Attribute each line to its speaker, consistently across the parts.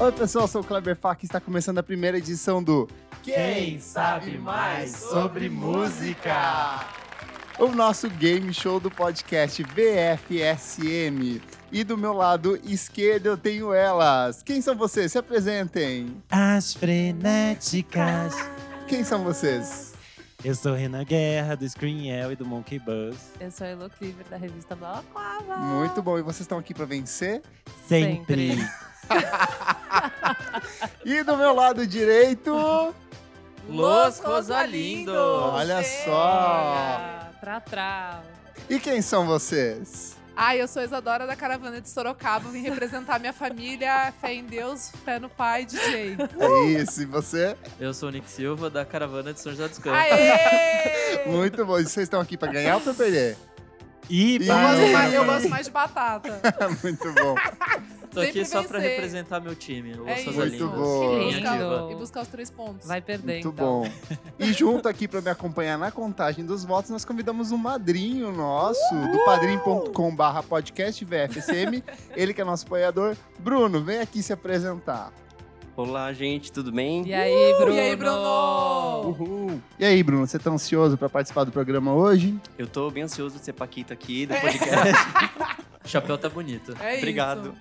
Speaker 1: Oi, pessoal, eu sou o Kleber Fak e está começando a primeira edição do
Speaker 2: Quem Sabe Mais Sobre Música?
Speaker 1: O nosso game show do podcast VFSM. E do meu lado esquerdo eu tenho elas. Quem são vocês? Se apresentem.
Speaker 2: As Frenéticas.
Speaker 1: Quem são vocês?
Speaker 2: Eu sou Renan Guerra, do Screen L e do Monkey Buzz.
Speaker 3: Eu sou a Elo Cleaver, da revista Balaclava.
Speaker 1: Muito bom. E vocês estão aqui para vencer?
Speaker 2: Sempre.
Speaker 1: E do meu lado direito.
Speaker 4: Los Rosalindo.
Speaker 1: Olha só.
Speaker 3: Pra trás.
Speaker 1: E quem são vocês?
Speaker 5: Ah, eu sou Isadora da Caravana de Sorocaba, vim representar minha família, fé em Deus, fé no Pai, DJ.
Speaker 2: Uh!
Speaker 1: É isso. E você?
Speaker 4: Eu sou o Nick Silva, da Caravana de São José dos
Speaker 5: Ah,
Speaker 4: Campos.
Speaker 5: Aê!
Speaker 1: Muito bom. E vocês estão aqui para ganhar ou para perder?
Speaker 2: E
Speaker 1: Eu
Speaker 5: Eu gosto, mais, eu
Speaker 2: para...
Speaker 5: gosto mais de batata.
Speaker 1: Muito bom.
Speaker 4: Tô aqui
Speaker 5: sempre
Speaker 4: só pra
Speaker 5: vencer.
Speaker 4: representar meu time, Los
Speaker 5: É isso.
Speaker 4: Rosalindo.
Speaker 1: Muito boa.
Speaker 3: Que
Speaker 5: Buscar-
Speaker 3: lindo.
Speaker 5: e buscar os três pontos.
Speaker 3: Vai perder,
Speaker 1: Muito
Speaker 3: então.
Speaker 1: bom. E junto aqui para me acompanhar na contagem dos votos, nós convidamos um madrinho nosso, do padrim.com.br podcast VFSM. Ele que é nosso apoiador. Bruno, vem aqui se apresentar.
Speaker 6: Olá, gente, tudo bem?
Speaker 3: E aí, Bruno?
Speaker 5: Uh, E aí, Bruno?
Speaker 6: Uhul!
Speaker 1: E aí, Bruno, você tá ansioso para participar do programa hoje?
Speaker 6: Eu tô bem ansioso de ser Paquita aqui do podcast.
Speaker 4: O chapéu tá bonito.
Speaker 5: É isso.
Speaker 6: Obrigado.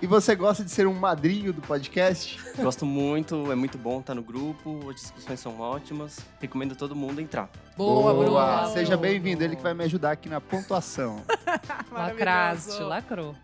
Speaker 1: E você gosta de ser um madrinho do podcast?
Speaker 6: Gosto muito, é muito bom estar no grupo, as discussões são ótimas. Recomendo todo mundo entrar.
Speaker 5: Boa, Bruno.
Speaker 3: Boa.
Speaker 1: Seja bem-vindo, ele que vai me ajudar aqui na pontuação.
Speaker 3: Lacraste,
Speaker 5: Maravilhoso.
Speaker 3: lacrou.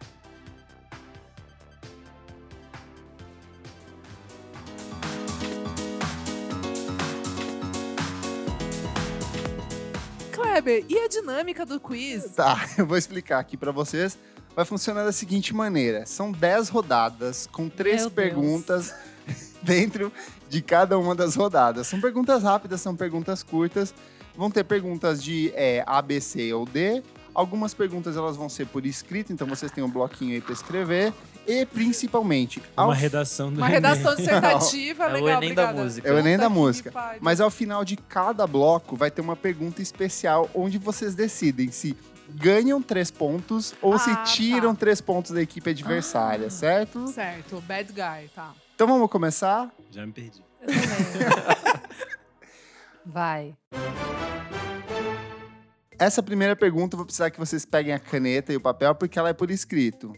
Speaker 5: Kleber, e a dinâmica do quiz?
Speaker 1: Tá, eu vou explicar aqui pra vocês. Vai funcionar da seguinte maneira: são 10 rodadas com três
Speaker 3: Meu Deus.
Speaker 1: perguntas dentro de cada uma das rodadas. São perguntas rápidas, são perguntas curtas. Vão ter perguntas de é, A, B, C ou D. Algumas perguntas elas vão ser por escrito, então vocês têm um bloquinho aí pra escrever. E principalmente, ao
Speaker 2: Uma redação do
Speaker 5: Uma
Speaker 2: Enem.
Speaker 5: redação dissertativa,
Speaker 4: É o
Speaker 5: legal,
Speaker 4: Enem da
Speaker 5: obrigada.
Speaker 4: música.
Speaker 1: É o Enem da
Speaker 5: que
Speaker 1: música.
Speaker 5: pariu.
Speaker 1: Mas ao final de cada bloco vai ter uma pergunta especial onde vocês decidem se ganham três pontos ou se
Speaker 5: Ah, tá. Ah.
Speaker 1: tiram três pontos da equipe adversária, certo?
Speaker 5: Certo, bad guy, tá.
Speaker 1: Então vamos começar?
Speaker 2: Já me perdi.
Speaker 3: Eu também. Vai.
Speaker 1: Essa primeira pergunta eu vou precisar que vocês peguem a caneta e o papel porque ela é por escrito.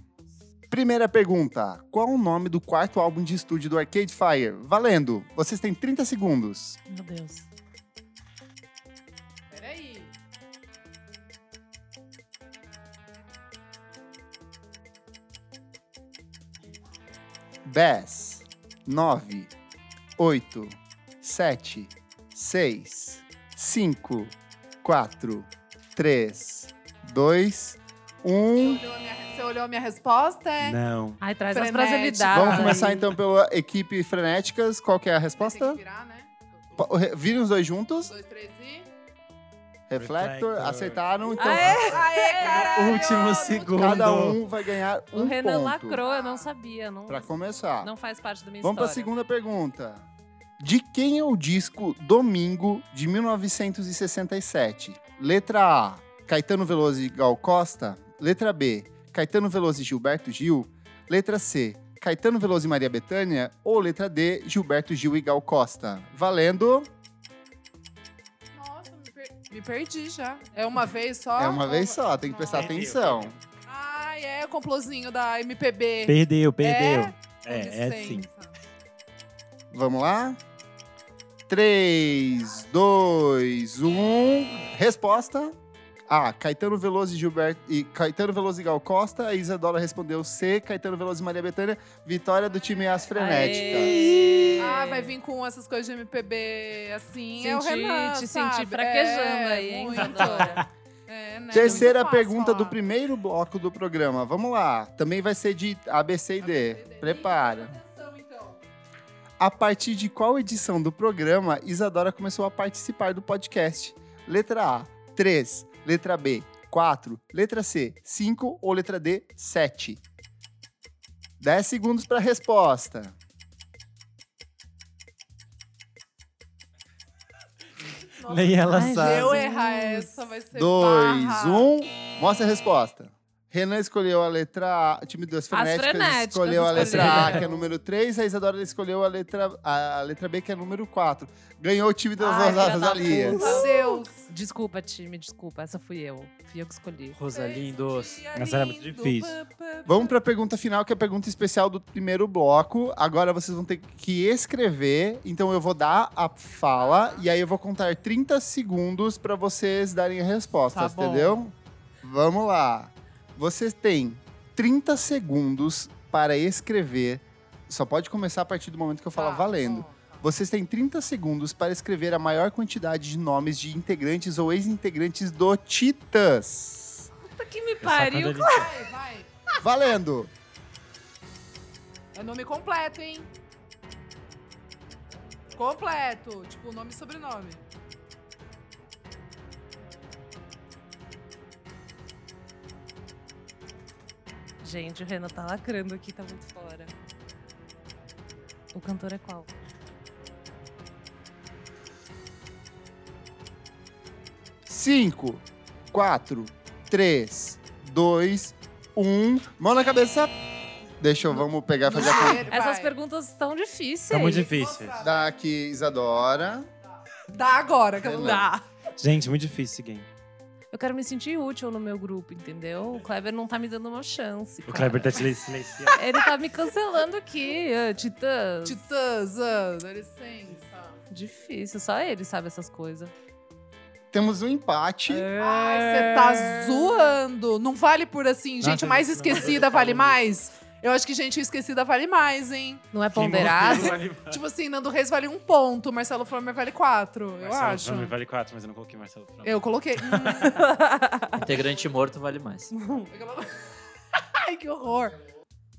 Speaker 1: Primeira pergunta: Qual o nome do quarto álbum de estúdio do Arcade Fire? Valendo! Vocês têm 30 segundos.
Speaker 3: Meu Deus.
Speaker 5: Peraí.
Speaker 1: dez nove oito sete seis cinco quatro três dois um
Speaker 5: Você olhou a minha- Você olhou a minha resposta?
Speaker 1: Né?
Speaker 5: É?
Speaker 2: Não.
Speaker 3: Ai, traz as
Speaker 5: Frenético.
Speaker 3: brasilidades.
Speaker 1: Vamos
Speaker 5: aí.
Speaker 1: começar então pela equipe Frenéticas. Qual que é a
Speaker 5: Vai ter que
Speaker 1: resposta?
Speaker 5: virar, né?
Speaker 1: Po- re- Viram os dois juntos?
Speaker 5: dois, três e.
Speaker 1: Reflector.
Speaker 2: Reflector.
Speaker 1: Acertaram. Então,
Speaker 3: Aê!
Speaker 5: Aê, caralho!
Speaker 2: Último segundo.
Speaker 1: cada um vai ganhar um
Speaker 3: o Renan
Speaker 1: ponto.
Speaker 3: lacrou, eu não sabia. Não,
Speaker 1: Pra começar.
Speaker 3: não faz parte da minha
Speaker 1: Vamos para a
Speaker 3: história.
Speaker 1: segunda pergunta. De quem é o disco Domingo de 1967? Letra A, Caetano Veloso e Gal Costa. Letra B, Caetano Veloso e Gilberto Gil. Letra C, Caetano Veloso e Maria Bethânia. Ou letra D, Gilberto Gil e Gal Costa. Valendo.
Speaker 5: Nossa, me, per- me perdi já. É uma vez só?
Speaker 1: é
Speaker 3: Ah,
Speaker 1: uma vez só, tem que prestar
Speaker 2: Entendeu.
Speaker 1: atenção.
Speaker 5: Ai, é o complozinho da MPB.
Speaker 2: Perdeu, perdeu.
Speaker 5: Com
Speaker 2: É, é
Speaker 5: licença.
Speaker 2: sim.
Speaker 1: Vamos lá? 3, 2, 1. Resposta. A. Caetano Veloso e Gilberto. E Caetano Veloso e Gal Costa. A Isadora respondeu C. Caetano Veloso e Maria Bethânia. Vitória do time As Frenéticas.
Speaker 3: Aê!
Speaker 5: Ah, vai vir com essas coisas de MPB assim. é o
Speaker 3: Senti-
Speaker 5: Renan,
Speaker 3: te
Speaker 5: sabe?
Speaker 3: senti fraquejando
Speaker 5: É,
Speaker 3: aí, hein,
Speaker 5: muito.
Speaker 3: Isadora?
Speaker 5: É, né?
Speaker 1: Terceira
Speaker 5: Muito fácil
Speaker 1: pergunta do
Speaker 5: falar.
Speaker 1: primeiro bloco do programa. Vamos lá. Também vai ser de A, B, C e D. Prepara.
Speaker 5: Atenção, então.
Speaker 1: A partir de qual edição do programa Isadora começou a participar do podcast? Letra A, 3. Letra B, 4. Letra C, 5. Ou letra D, 7? 10 segundos para a resposta.
Speaker 2: Nem ela
Speaker 3: Ai,
Speaker 5: Se
Speaker 2: sabe.
Speaker 5: eu errar essa, vai ser
Speaker 1: 2,
Speaker 5: barra.
Speaker 1: 1. Mostra a resposta. Renan escolheu a letra A, o time das frenéticas,
Speaker 3: frenéticas
Speaker 1: escolheu a letra A,
Speaker 3: escolheram.
Speaker 1: que é número 3, a Isadora escolheu a letra, a, a letra B, que é número 4. Ganhou o time das
Speaker 3: Ai, filha da
Speaker 1: Rosalias.
Speaker 3: puta.
Speaker 5: Meu Deus.
Speaker 3: Desculpa, time, desculpa. Essa fui eu. Fui eu que escolhi.
Speaker 4: Rosalindos.
Speaker 5: Dia
Speaker 2: Mas era muito
Speaker 5: lindo,
Speaker 2: difícil.
Speaker 5: pá, pá,
Speaker 1: Vamos para a pergunta final, que é a pergunta especial do primeiro bloco. Agora vocês vão ter que escrever, então eu vou dar a fala e aí eu vou contar 30 segundos para vocês darem respostas,
Speaker 3: Tá bom.
Speaker 1: entendeu? Vamos lá. Vocês têm 30 segundos para escrever. Só pode começar a partir do momento que eu
Speaker 3: Tá.
Speaker 1: falar
Speaker 5: pá.
Speaker 1: valendo. Vocês têm 30 segundos para escrever a maior quantidade de nomes de integrantes ou ex-integrantes do Titãs.
Speaker 3: Puta que me
Speaker 2: Essa
Speaker 3: pariu.
Speaker 2: quando ele-
Speaker 5: Vai, vai.
Speaker 1: Valendo!
Speaker 5: É nome completo, hein? Completo. Tipo, nome e sobrenome.
Speaker 3: Gente, o Renan tá lacrando aqui, tá muito fora. O cantor é qual?
Speaker 1: cinco quatro três dois um Mão na cabeça. Deixa eu, vamos pegar e fazer a conta.
Speaker 5: Vai.
Speaker 3: Essas perguntas estão difíceis.
Speaker 2: Tá muito difícil.
Speaker 1: Dá aqui, Isadora.
Speaker 5: Dá agora, que eu
Speaker 1: Dá.
Speaker 2: Gente, muito difícil esse game.
Speaker 3: Eu quero me sentir útil no meu grupo, entendeu? O Kleber não tá me dando uma chance.
Speaker 2: O
Speaker 3: cara.
Speaker 2: Kleber tá silen- silenciando.
Speaker 3: Ele tá me cancelando aqui, ah, Titã.
Speaker 5: Titãs, ah, dá licença.
Speaker 3: Difícil, só ele sabe essas coisas.
Speaker 1: Temos um empate.
Speaker 2: É.
Speaker 3: É.
Speaker 5: Ai,
Speaker 1: É.
Speaker 5: você tá zoando. Não vale por assim,
Speaker 2: Não,
Speaker 5: gente
Speaker 2: você-
Speaker 5: mais
Speaker 2: não,
Speaker 5: esquecida
Speaker 2: você
Speaker 5: vale
Speaker 2: falou
Speaker 5: mais? Eu acho que gente esquecida vale mais, hein?
Speaker 3: Não é
Speaker 2: Quem
Speaker 3: ponderado?
Speaker 2: morreu, vale-
Speaker 5: Tipo assim, Nando Reis vale um ponto, Marcelo Flamer vale quatro, eu
Speaker 2: Marcelo
Speaker 5: acho.
Speaker 2: Fromer vale 4, mas eu não coloquei Marcelo Fromer.
Speaker 5: Eu coloquei. hum.
Speaker 4: Integrante morto vale mais.
Speaker 5: um Ai, que horror.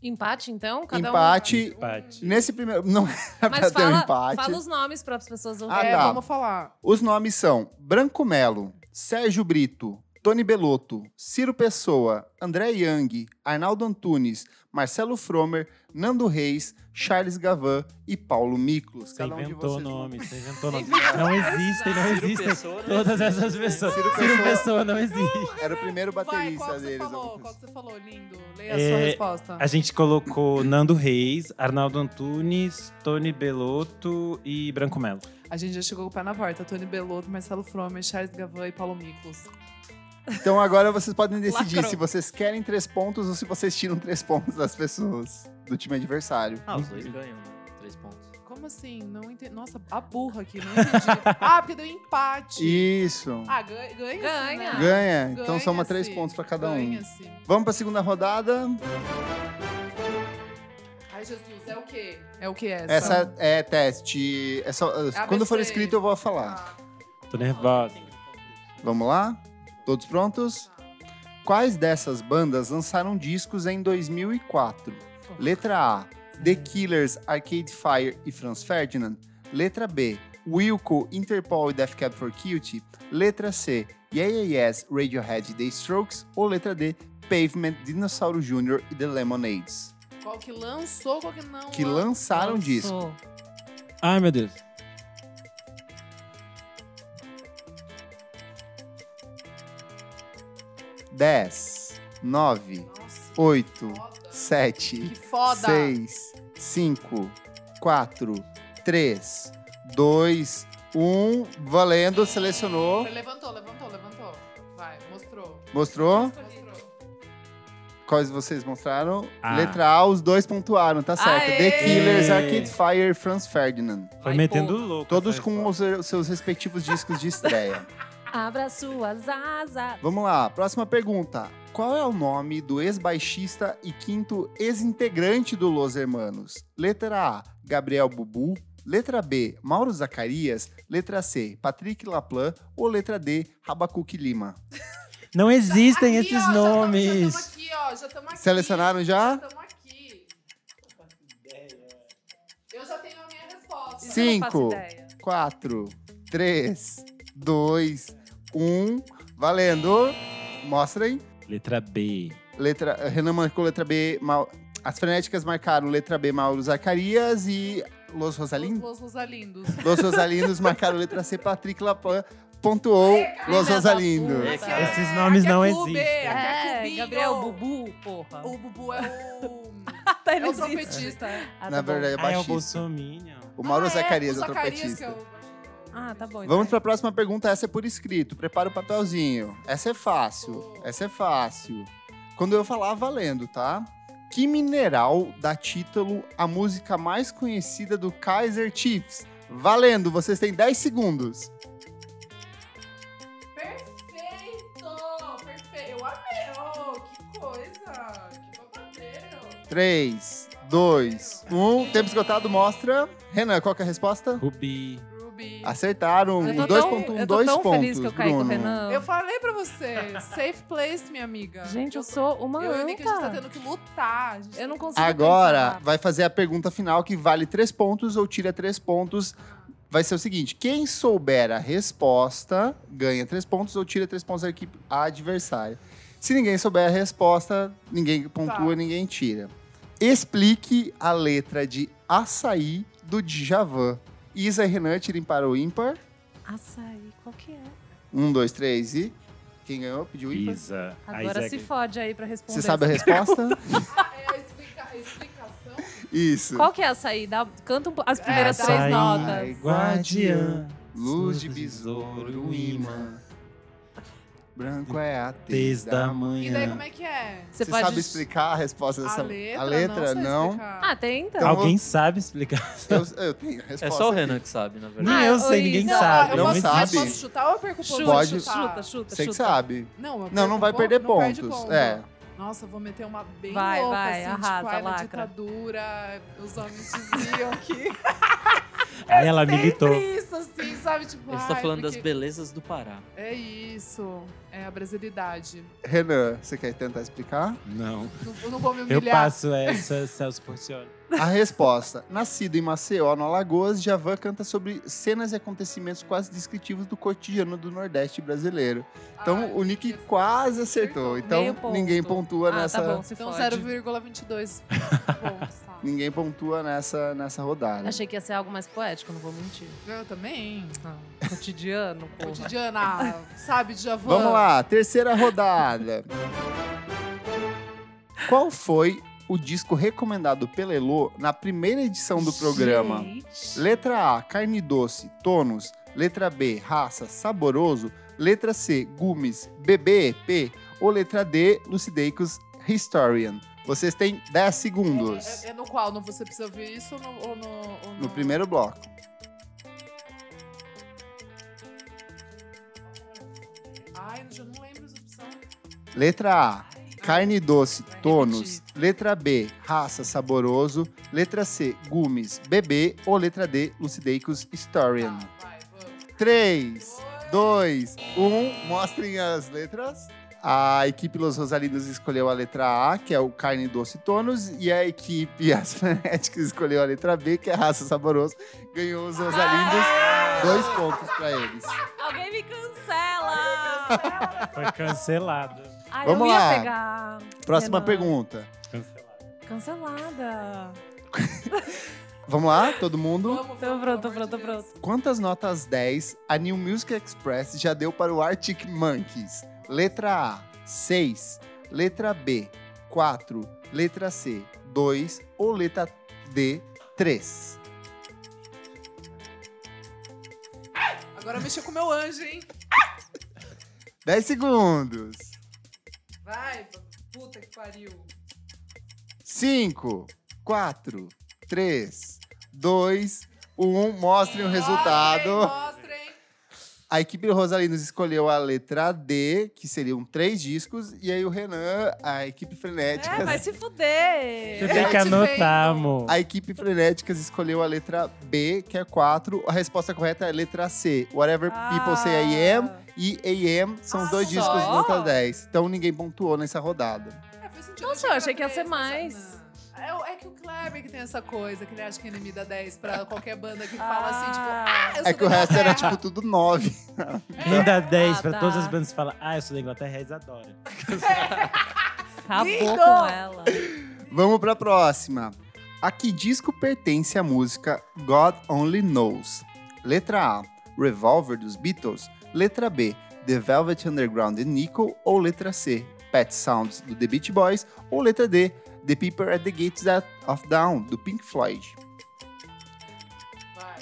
Speaker 3: Empate, então? Cada
Speaker 5: um
Speaker 1: empate.
Speaker 2: Empate.
Speaker 1: Nesse primeiro. Não
Speaker 3: um.
Speaker 1: era pra
Speaker 3: Mas
Speaker 1: ter um
Speaker 3: fala,
Speaker 1: empate.
Speaker 3: fala os nomes para as pessoas
Speaker 1: Ah,
Speaker 5: é,
Speaker 3: ouvirem.
Speaker 1: tá.
Speaker 5: vamos falar.
Speaker 1: Os nomes são Branco Melo, Sérgio Brito, Tony Belotto, Ciro Pessoa, André Yang, Arnaldo Antunes, Marcelo Fromer, Nando Reis, Charles Gavan e Paulo Miklos.
Speaker 2: Você
Speaker 1: Cada um de
Speaker 2: inventou
Speaker 1: vocês.
Speaker 2: nome, você inventou nome. Não existem, não
Speaker 4: Ciro
Speaker 2: existem.
Speaker 4: Pessoa, né?
Speaker 2: Todas essas pessoas.
Speaker 1: Ciro
Speaker 2: Ciro
Speaker 1: Pessoa.
Speaker 2: Pessoa, não existe.
Speaker 1: Era o primeiro
Speaker 5: Vai,
Speaker 1: baterista
Speaker 5: qual que você
Speaker 1: deles.
Speaker 5: falou?
Speaker 1: alguma
Speaker 5: Qual
Speaker 1: coisa.
Speaker 5: que você falou, lindo? Leia a sua
Speaker 2: É,
Speaker 5: resposta.
Speaker 2: A gente colocou Nando Reis, Arnaldo Antunes, Tony Belotto e Branco Melo.
Speaker 5: A gente já chegou com o pé na porta. Tony Belotto, Marcelo Fromer, Charles Gavan e Paulo Miklos.
Speaker 1: Então agora vocês podem decidir
Speaker 3: Lacrou.
Speaker 1: se vocês querem três pontos ou se vocês tiram três pontos das pessoas do time adversário.
Speaker 4: Ah, os dois ganham, né? Três pontos.
Speaker 5: Como assim? Não entendi. Nossa, a burra aqui, não entendi. ah, porque deu empate.
Speaker 1: Isso.
Speaker 5: Ah, ganha. Ganha.
Speaker 3: Ganha.
Speaker 1: Ganha. Então soma três pontos pra cada um.
Speaker 5: um. Ganha-se.
Speaker 1: Vamos pra segunda rodada.
Speaker 5: Ai, Jesus, é o quê? É o que essa?
Speaker 1: Essa é teste. É só, quando for
Speaker 5: ABC.
Speaker 1: escrito eu vou falar.
Speaker 5: Ah,
Speaker 2: Tô nervosa.
Speaker 1: Vamos lá? Todos prontos? Quais dessas bandas lançaram discos em 2004? Letra A: The Killers, Arcade Fire e Franz Ferdinand. Letra B: Wilco, Interpol e Death Cab for Cutie. Letra C: Yeah Yeah Yes, Radiohead e The Strokes. Ou letra D: Pavement, Dinossauro Jr. e The Lemonades.
Speaker 5: qual que lançou, qual que não
Speaker 1: Que
Speaker 5: lançou?
Speaker 1: lançaram disco.
Speaker 2: Ai, meu Deus.
Speaker 1: Dez, nove,
Speaker 5: Nossa,
Speaker 1: oito,
Speaker 5: que foda.
Speaker 1: sete.
Speaker 5: Que foda.
Speaker 1: 6, 5, 4, 3, 2, 1. Valendo, selecionou.
Speaker 5: Levantou, levantou, levantou. Vai, mostrou.
Speaker 1: Mostrou?
Speaker 5: Mostrou.
Speaker 1: Quais vocês mostraram?
Speaker 2: Ah.
Speaker 1: Letra A, os dois pontuaram, tá certo.
Speaker 3: Aê!
Speaker 1: The Killers, Arcade Fire, Franz Ferdinand.
Speaker 2: Foi
Speaker 3: Ai,
Speaker 2: metendo
Speaker 3: pô.
Speaker 2: louco.
Speaker 1: Todos
Speaker 2: essa
Speaker 1: com
Speaker 2: resposta.
Speaker 1: os os seus respectivos discos de estreia.
Speaker 3: Abra suas asas.
Speaker 1: Vamos lá, próxima pergunta. Qual é o nome do ex-baixista e quinto ex-integrante do Los Hermanos? Letra A, Gabriel Bubu. Letra B, Mauro Zacarias. Letra C, Patrick Laplan. Ou letra D, Rabacuque Lima.
Speaker 2: Não existem
Speaker 5: Aqui,
Speaker 2: esses
Speaker 5: ó, já tamo-
Speaker 2: nomes.
Speaker 5: Já estamos aqui, ó. Já estamos aqui.
Speaker 1: Selecionaram já?
Speaker 5: Já estamos aqui. Eu já tenho a minha resposta.
Speaker 1: Sim. Cinco. 4, 3, 2, 1. Valendo. Mostrem.
Speaker 2: Letra B.
Speaker 1: Letra, Renan marcou letra B. Mau- As frenéticas marcaram letra B, Mauro Zacarias. E Los Rosalindos.
Speaker 5: Los Rosalindos.
Speaker 1: Los Rosalindos marcaram letra C, Patrick Laplan. pontuou Los
Speaker 3: da
Speaker 1: Rosalindo.
Speaker 3: puta.
Speaker 4: É, cara.
Speaker 2: Esses nomes não
Speaker 5: Aqui é clube,
Speaker 2: existem.
Speaker 5: aqui é
Speaker 3: É,
Speaker 5: clubinho.
Speaker 3: Gabriel Bubu, porra.
Speaker 5: O Bubu é o...
Speaker 3: Tá,
Speaker 5: é
Speaker 3: ele
Speaker 5: o
Speaker 3: existe.
Speaker 5: trompetista. é.
Speaker 3: Ah, tá
Speaker 1: Na
Speaker 3: bom.
Speaker 1: verdade, é
Speaker 2: Ah, é o
Speaker 1: baixista.
Speaker 2: Bolsominion.
Speaker 1: o Mauro
Speaker 5: Ah, é,
Speaker 1: Zacarias é
Speaker 5: o
Speaker 1: o
Speaker 5: Zacarias que
Speaker 1: trompetista.
Speaker 3: Ah, tá bom.
Speaker 1: Vamos
Speaker 3: então.
Speaker 1: para a próxima pergunta, essa é por escrito. Prepara o papelzinho. Essa é fácil. Essa é fácil. Quando eu falar, valendo, tá? Que mineral dá título à música mais conhecida do Kaiser Chiefs? Valendo, vocês têm 10 segundos.
Speaker 5: eu Perfeito, perfeito. Eu amei, ó, que coisa. Que babadeiro.
Speaker 1: 3, 2, 1. Tempo esgotado mostra. Renan, qual que é a resposta?
Speaker 2: Rubi.
Speaker 5: Ruby.
Speaker 1: Acertaram.
Speaker 3: Eu tô
Speaker 1: Os um, dois
Speaker 3: tão-
Speaker 1: pontos,
Speaker 3: eu tô
Speaker 1: dois
Speaker 3: tão
Speaker 1: pontos,
Speaker 3: feliz que eu caí com o
Speaker 1: Bruno.
Speaker 3: Renan.
Speaker 5: Eu falei pra você, safe place, minha amiga.
Speaker 3: Gente, eu sou uma
Speaker 5: Eu e o Nick, a gente tá
Speaker 3: anta.
Speaker 5: tendo que lutar. a gente
Speaker 3: Eu não
Speaker 5: tá-
Speaker 3: consigo
Speaker 1: Agora
Speaker 3: pensar.
Speaker 1: vai fazer a pergunta final que vale três pontos ou tira três pontos. Vai ser o seguinte: quem souber a resposta ganha três pontos ou tira três pontos da equipe adversária. Se ninguém souber a resposta, ninguém pontua,
Speaker 5: Tá.
Speaker 1: ninguém tira. Explique a letra de açaí do Djavan. Isa e Renan tirem para o ímpar.
Speaker 3: Açaí, qual que é?
Speaker 1: Um, dois, três e. Quem ganhou pediu ímpar.
Speaker 2: Isa.
Speaker 3: Agora se fode aí pra responder.
Speaker 1: Você sabe a
Speaker 3: essa
Speaker 1: resposta?
Speaker 5: É a explica- a explicação.
Speaker 1: Isso.
Speaker 3: Qual que é açaí? Dá, canta um po- as primeiras
Speaker 5: É,
Speaker 3: três
Speaker 5: açaí.
Speaker 3: notas.
Speaker 2: Guardiã.
Speaker 1: Luz de besouro, imã. Branco é a tez
Speaker 2: Três da
Speaker 1: da
Speaker 5: E daí,
Speaker 2: manhã.
Speaker 5: como é que é?
Speaker 1: Você
Speaker 3: Você pode...
Speaker 1: sabe explicar a resposta dessa
Speaker 5: a letra?
Speaker 1: a letra?
Speaker 5: sei
Speaker 1: Não.
Speaker 5: explicar.
Speaker 3: Ah, tenta.
Speaker 1: Então-
Speaker 2: Alguém sabe explicar?
Speaker 1: Eu, eu tenho a resposta.
Speaker 4: É só o
Speaker 1: aqui.
Speaker 4: Renan que sabe, na
Speaker 2: Não,
Speaker 4: verdade.
Speaker 3: Ah,
Speaker 2: eu sei,
Speaker 3: oi,
Speaker 2: ninguém
Speaker 5: Não,
Speaker 2: sabe.
Speaker 5: eu
Speaker 1: não
Speaker 5: posso, eu
Speaker 1: sabe.
Speaker 5: posso chutar ou eu perco o ponto? Tá.
Speaker 3: Chuta,
Speaker 1: Então, Pode.
Speaker 3: chuta, chuta,
Speaker 1: Você é que
Speaker 3: chuta.
Speaker 1: sabe.
Speaker 5: Não, eu
Speaker 1: Não, não
Speaker 5: perco
Speaker 1: vai
Speaker 5: ponto,
Speaker 1: perder
Speaker 5: não perde
Speaker 1: pontos.
Speaker 5: ponto.
Speaker 1: é.
Speaker 5: Nossa, eu vou meter uma bem
Speaker 3: Vai,
Speaker 5: louca,
Speaker 3: vai,
Speaker 5: assim,
Speaker 3: arrasa,
Speaker 5: tipo, ai, na
Speaker 3: lacra.
Speaker 5: ditadura, os homens diziam que...
Speaker 2: Aí ela militou.
Speaker 5: Sempre isso, assim, sabe? Tipo,
Speaker 4: Ele está
Speaker 5: ai,
Speaker 4: falando das
Speaker 5: porque-
Speaker 4: belezas do Pará.
Speaker 5: É isso, é a brasilidade.
Speaker 1: Renan, você quer tentar explicar?
Speaker 2: Não.
Speaker 5: Não, eu não vou me
Speaker 2: Eu
Speaker 5: humilhar.
Speaker 2: passo essa, Celso Porcioli.
Speaker 1: A resposta. Nascido em Maceió, no Alagoas, Javan canta sobre cenas e acontecimentos quase descritivos do cotidiano do Nordeste brasileiro. Então
Speaker 5: Ai,
Speaker 1: o Nick
Speaker 5: que-
Speaker 1: quase acertou. Então
Speaker 3: Meio ponto.
Speaker 1: ninguém pontua
Speaker 3: ah,
Speaker 1: nessa.
Speaker 3: tá bom, se
Speaker 5: Então
Speaker 3: fode.
Speaker 5: 0,22 pontos, tá?
Speaker 1: Ninguém pontua nessa, nessa rodada.
Speaker 3: Achei que ia ser algo mais poético, não vou mentir.
Speaker 5: Eu também.
Speaker 3: Não, Cotidiano, porra.
Speaker 5: Cotidiana, sabe, Djavan?
Speaker 1: Vamos lá, terceira rodada. Qual foi o disco recomendado pela Elô na primeira edição do programa?
Speaker 3: Gente.
Speaker 1: Letra A, carne doce, tônus. Letra B, raça, saboroso. Letra C, gumes, BBEP. Ou letra D, lucideicos, historian. Vocês têm 10 segundos
Speaker 5: É, é no qual? No você precisa ouvir isso ou no. Ou no, ou
Speaker 1: no primeiro bloco.
Speaker 5: Ai, eu já não lembro as opções.
Speaker 1: Letra A, carne doce,
Speaker 3: Vai
Speaker 1: tônus. Letra B, raça, saboroso. Letra C, gumes, bebê. Ou letra D, lucideicos, historian.
Speaker 5: Tá, vai, vamos.
Speaker 1: 3, 2, 1. Mostrem as letras. A equipe Los Rosalinos escolheu a letra A, que é o carne doce tônus, e a equipe As Frenéticas escolheu a letra B, que é raça saboroso. Ganhou os Rosalindos, dois pontos pra eles.
Speaker 3: Alguém me cancela!
Speaker 2: Foi cancelado.
Speaker 3: Ai,
Speaker 1: Vamos
Speaker 3: eu
Speaker 1: lá.
Speaker 3: ia pegar.
Speaker 1: Próxima
Speaker 3: Renan.
Speaker 1: pergunta.
Speaker 2: Cancelado.
Speaker 3: Cancelada.
Speaker 1: Vamos lá, todo mundo?
Speaker 5: Vamos,
Speaker 3: Tô
Speaker 5: vamos,
Speaker 3: Então, pronto,
Speaker 5: pelo amor
Speaker 3: pronto,
Speaker 5: de Deus.
Speaker 3: pronto.
Speaker 1: Quantas notas 10 a New Music Express já deu para o Arctic Monkeys? Letra A, 6. Letra B, 4. Letra C, 2. Ou letra D, 3.
Speaker 5: Agora mexeu com o meu anjo, hein?
Speaker 1: 10 segundos.
Speaker 5: Vai, puta que pariu.
Speaker 1: 5, 4, 3, 2, 1. Mostrem um. o resultado.
Speaker 5: Mostrem,
Speaker 1: A equipe do Rosalinos escolheu a letra D, que seriam três discos. E aí o Renan, a equipe frenética.
Speaker 3: É, vai se fuder!
Speaker 2: Você
Speaker 5: Eu
Speaker 2: tem que
Speaker 5: te
Speaker 2: anotar,
Speaker 5: vendo.
Speaker 2: amor.
Speaker 1: A equipe Frenéticas escolheu a letra B, que é 4. A resposta correta é a letra C. Whatever People Say I Am e AM são os dois
Speaker 3: Ah,
Speaker 1: discos de
Speaker 3: só?
Speaker 1: nota 10. Então ninguém pontuou nessa rodada.
Speaker 5: mostrem. É, fez sentido,
Speaker 3: Nossa,
Speaker 5: achei
Speaker 3: eu achei
Speaker 5: era
Speaker 3: que ia ser
Speaker 5: três, mas
Speaker 3: mais.
Speaker 5: não. É, o- é que o Kleber que tem essa coisa, que ele acha que é inimigo da 10 pra qualquer banda que fala assim, tipo, ah, eu
Speaker 1: é
Speaker 5: sou
Speaker 1: que o
Speaker 5: da
Speaker 1: resto era,
Speaker 5: Inglaterra.
Speaker 1: tipo, tudo 9.
Speaker 2: Quem
Speaker 3: Ah,
Speaker 2: dá 10 pra
Speaker 3: dá.
Speaker 2: todas as bandas que fala, ah, eu sou da Inglaterra, eles adoram.
Speaker 3: Acabou
Speaker 5: Lindo!
Speaker 3: com ela.
Speaker 1: Vamos pra próxima. A que disco pertence a música God Only Knows? Letra A, Revolver dos Beatles. Letra B, The Velvet Underground e Nickel. Ou letra C, Pet Sounds do The Beach Boys. Ou letra D, The People at the Gates of Dawn do Pink Floyd.
Speaker 5: Vai,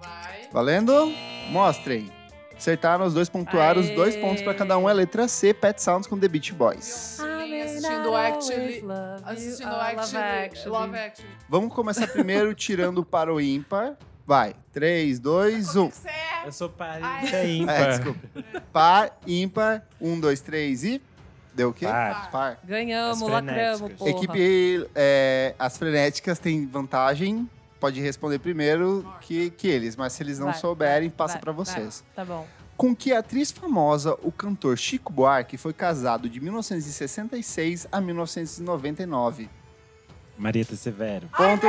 Speaker 5: vai.
Speaker 1: Valendo? Mostrem. Acertaram, os dois pontuaram, os dois
Speaker 3: Aê.
Speaker 1: pontos pra cada um. É letra C, Pet Sounds com The Beach
Speaker 3: Ah,
Speaker 1: Boys.
Speaker 5: Assistindo o Actually- Assistindo o Actually. Love Actually.
Speaker 1: Vamos começar primeiro tirando para o ímpar. Vai, um. 3, 2, 1.
Speaker 5: Você é
Speaker 2: Eu sou parente
Speaker 5: Ai.
Speaker 2: é
Speaker 1: É,
Speaker 2: ímpar.
Speaker 1: desculpa. Par, ímpar, 1, 2, 3 e... Deu o quê?
Speaker 2: Par.
Speaker 1: Par.
Speaker 3: Ganhamos,
Speaker 2: As
Speaker 3: lacramos,
Speaker 2: frenéticas.
Speaker 3: porra.
Speaker 1: Equipe, é, as frenéticas têm vantagem, pode responder primeiro que, que eles, mas se eles não
Speaker 3: Vai,
Speaker 1: souberem, passa
Speaker 3: vai,
Speaker 1: pra
Speaker 3: vai.
Speaker 1: vocês.
Speaker 3: Tá bom.
Speaker 1: Com que atriz famosa o cantor Chico Buarque foi casado de 1966 a 1999?
Speaker 2: Marieta Severo.
Speaker 1: Ponto.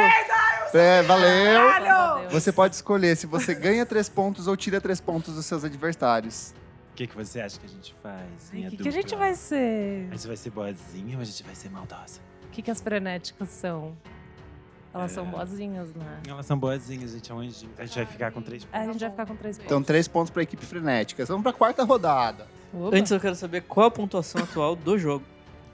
Speaker 1: É, valeu.
Speaker 5: Caralho!
Speaker 3: Graças a Deus.
Speaker 1: Você pode escolher se você ganha três pontos ou tira três pontos dos seus adversários.
Speaker 2: O que, que você acha que a gente faz?
Speaker 3: Ai,
Speaker 2: Minha
Speaker 3: que, que
Speaker 2: dupla.
Speaker 3: a gente vai ser?
Speaker 2: A gente vai ser boazinha ou a gente vai ser maldosa?
Speaker 3: O que, que as frenéticas são? Elas
Speaker 2: É.
Speaker 3: são boazinhas, né? Ah,
Speaker 2: Elas são boazinhas, gente. É um anjinho. A gente vai ficar com três
Speaker 5: Tá
Speaker 3: A gente vai ficar com três
Speaker 1: Então,
Speaker 3: pontos.
Speaker 1: três pontos pra equipe frenética. Vamos pra quarta rodada.
Speaker 3: Oba.
Speaker 4: Antes eu quero saber qual a pontuação atual do jogo.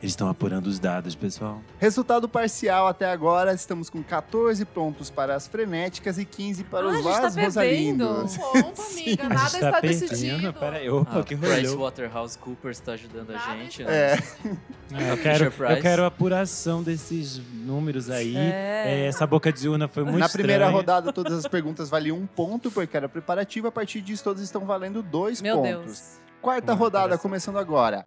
Speaker 2: Eles estão apurando os dados, pessoal.
Speaker 1: Resultado parcial até agora, estamos com 14 pontos para as frenéticas e 15 para
Speaker 3: Ah, a
Speaker 1: os
Speaker 3: gente tá
Speaker 1: Las
Speaker 3: perdendo.
Speaker 1: Rosalindos.
Speaker 5: ponto, amiga.
Speaker 2: a
Speaker 5: Nada
Speaker 2: gente
Speaker 5: está
Speaker 2: tá
Speaker 5: decidido.
Speaker 2: perdendo. Peraí, opa,
Speaker 4: Ah,
Speaker 2: que
Speaker 4: Price
Speaker 2: rolou.
Speaker 4: Waterhouse Coopers tá ajudando
Speaker 5: Nada
Speaker 4: a gente,
Speaker 5: está
Speaker 4: né?
Speaker 1: É.
Speaker 2: É, eu,
Speaker 4: Fisher
Speaker 2: quero,
Speaker 4: Price.
Speaker 2: eu quero a apuração desses números aí.
Speaker 3: É.
Speaker 2: É, essa boca de urna foi muito
Speaker 1: Na primeira
Speaker 2: estranha.
Speaker 1: rodada, todas as perguntas valiam um ponto, porque era preparativo. A partir disso, todas estão valendo dois
Speaker 3: Meu
Speaker 1: pontos.
Speaker 3: Deus.
Speaker 1: Quarta
Speaker 2: Uma
Speaker 1: rodada,
Speaker 2: preparação.
Speaker 1: começando agora.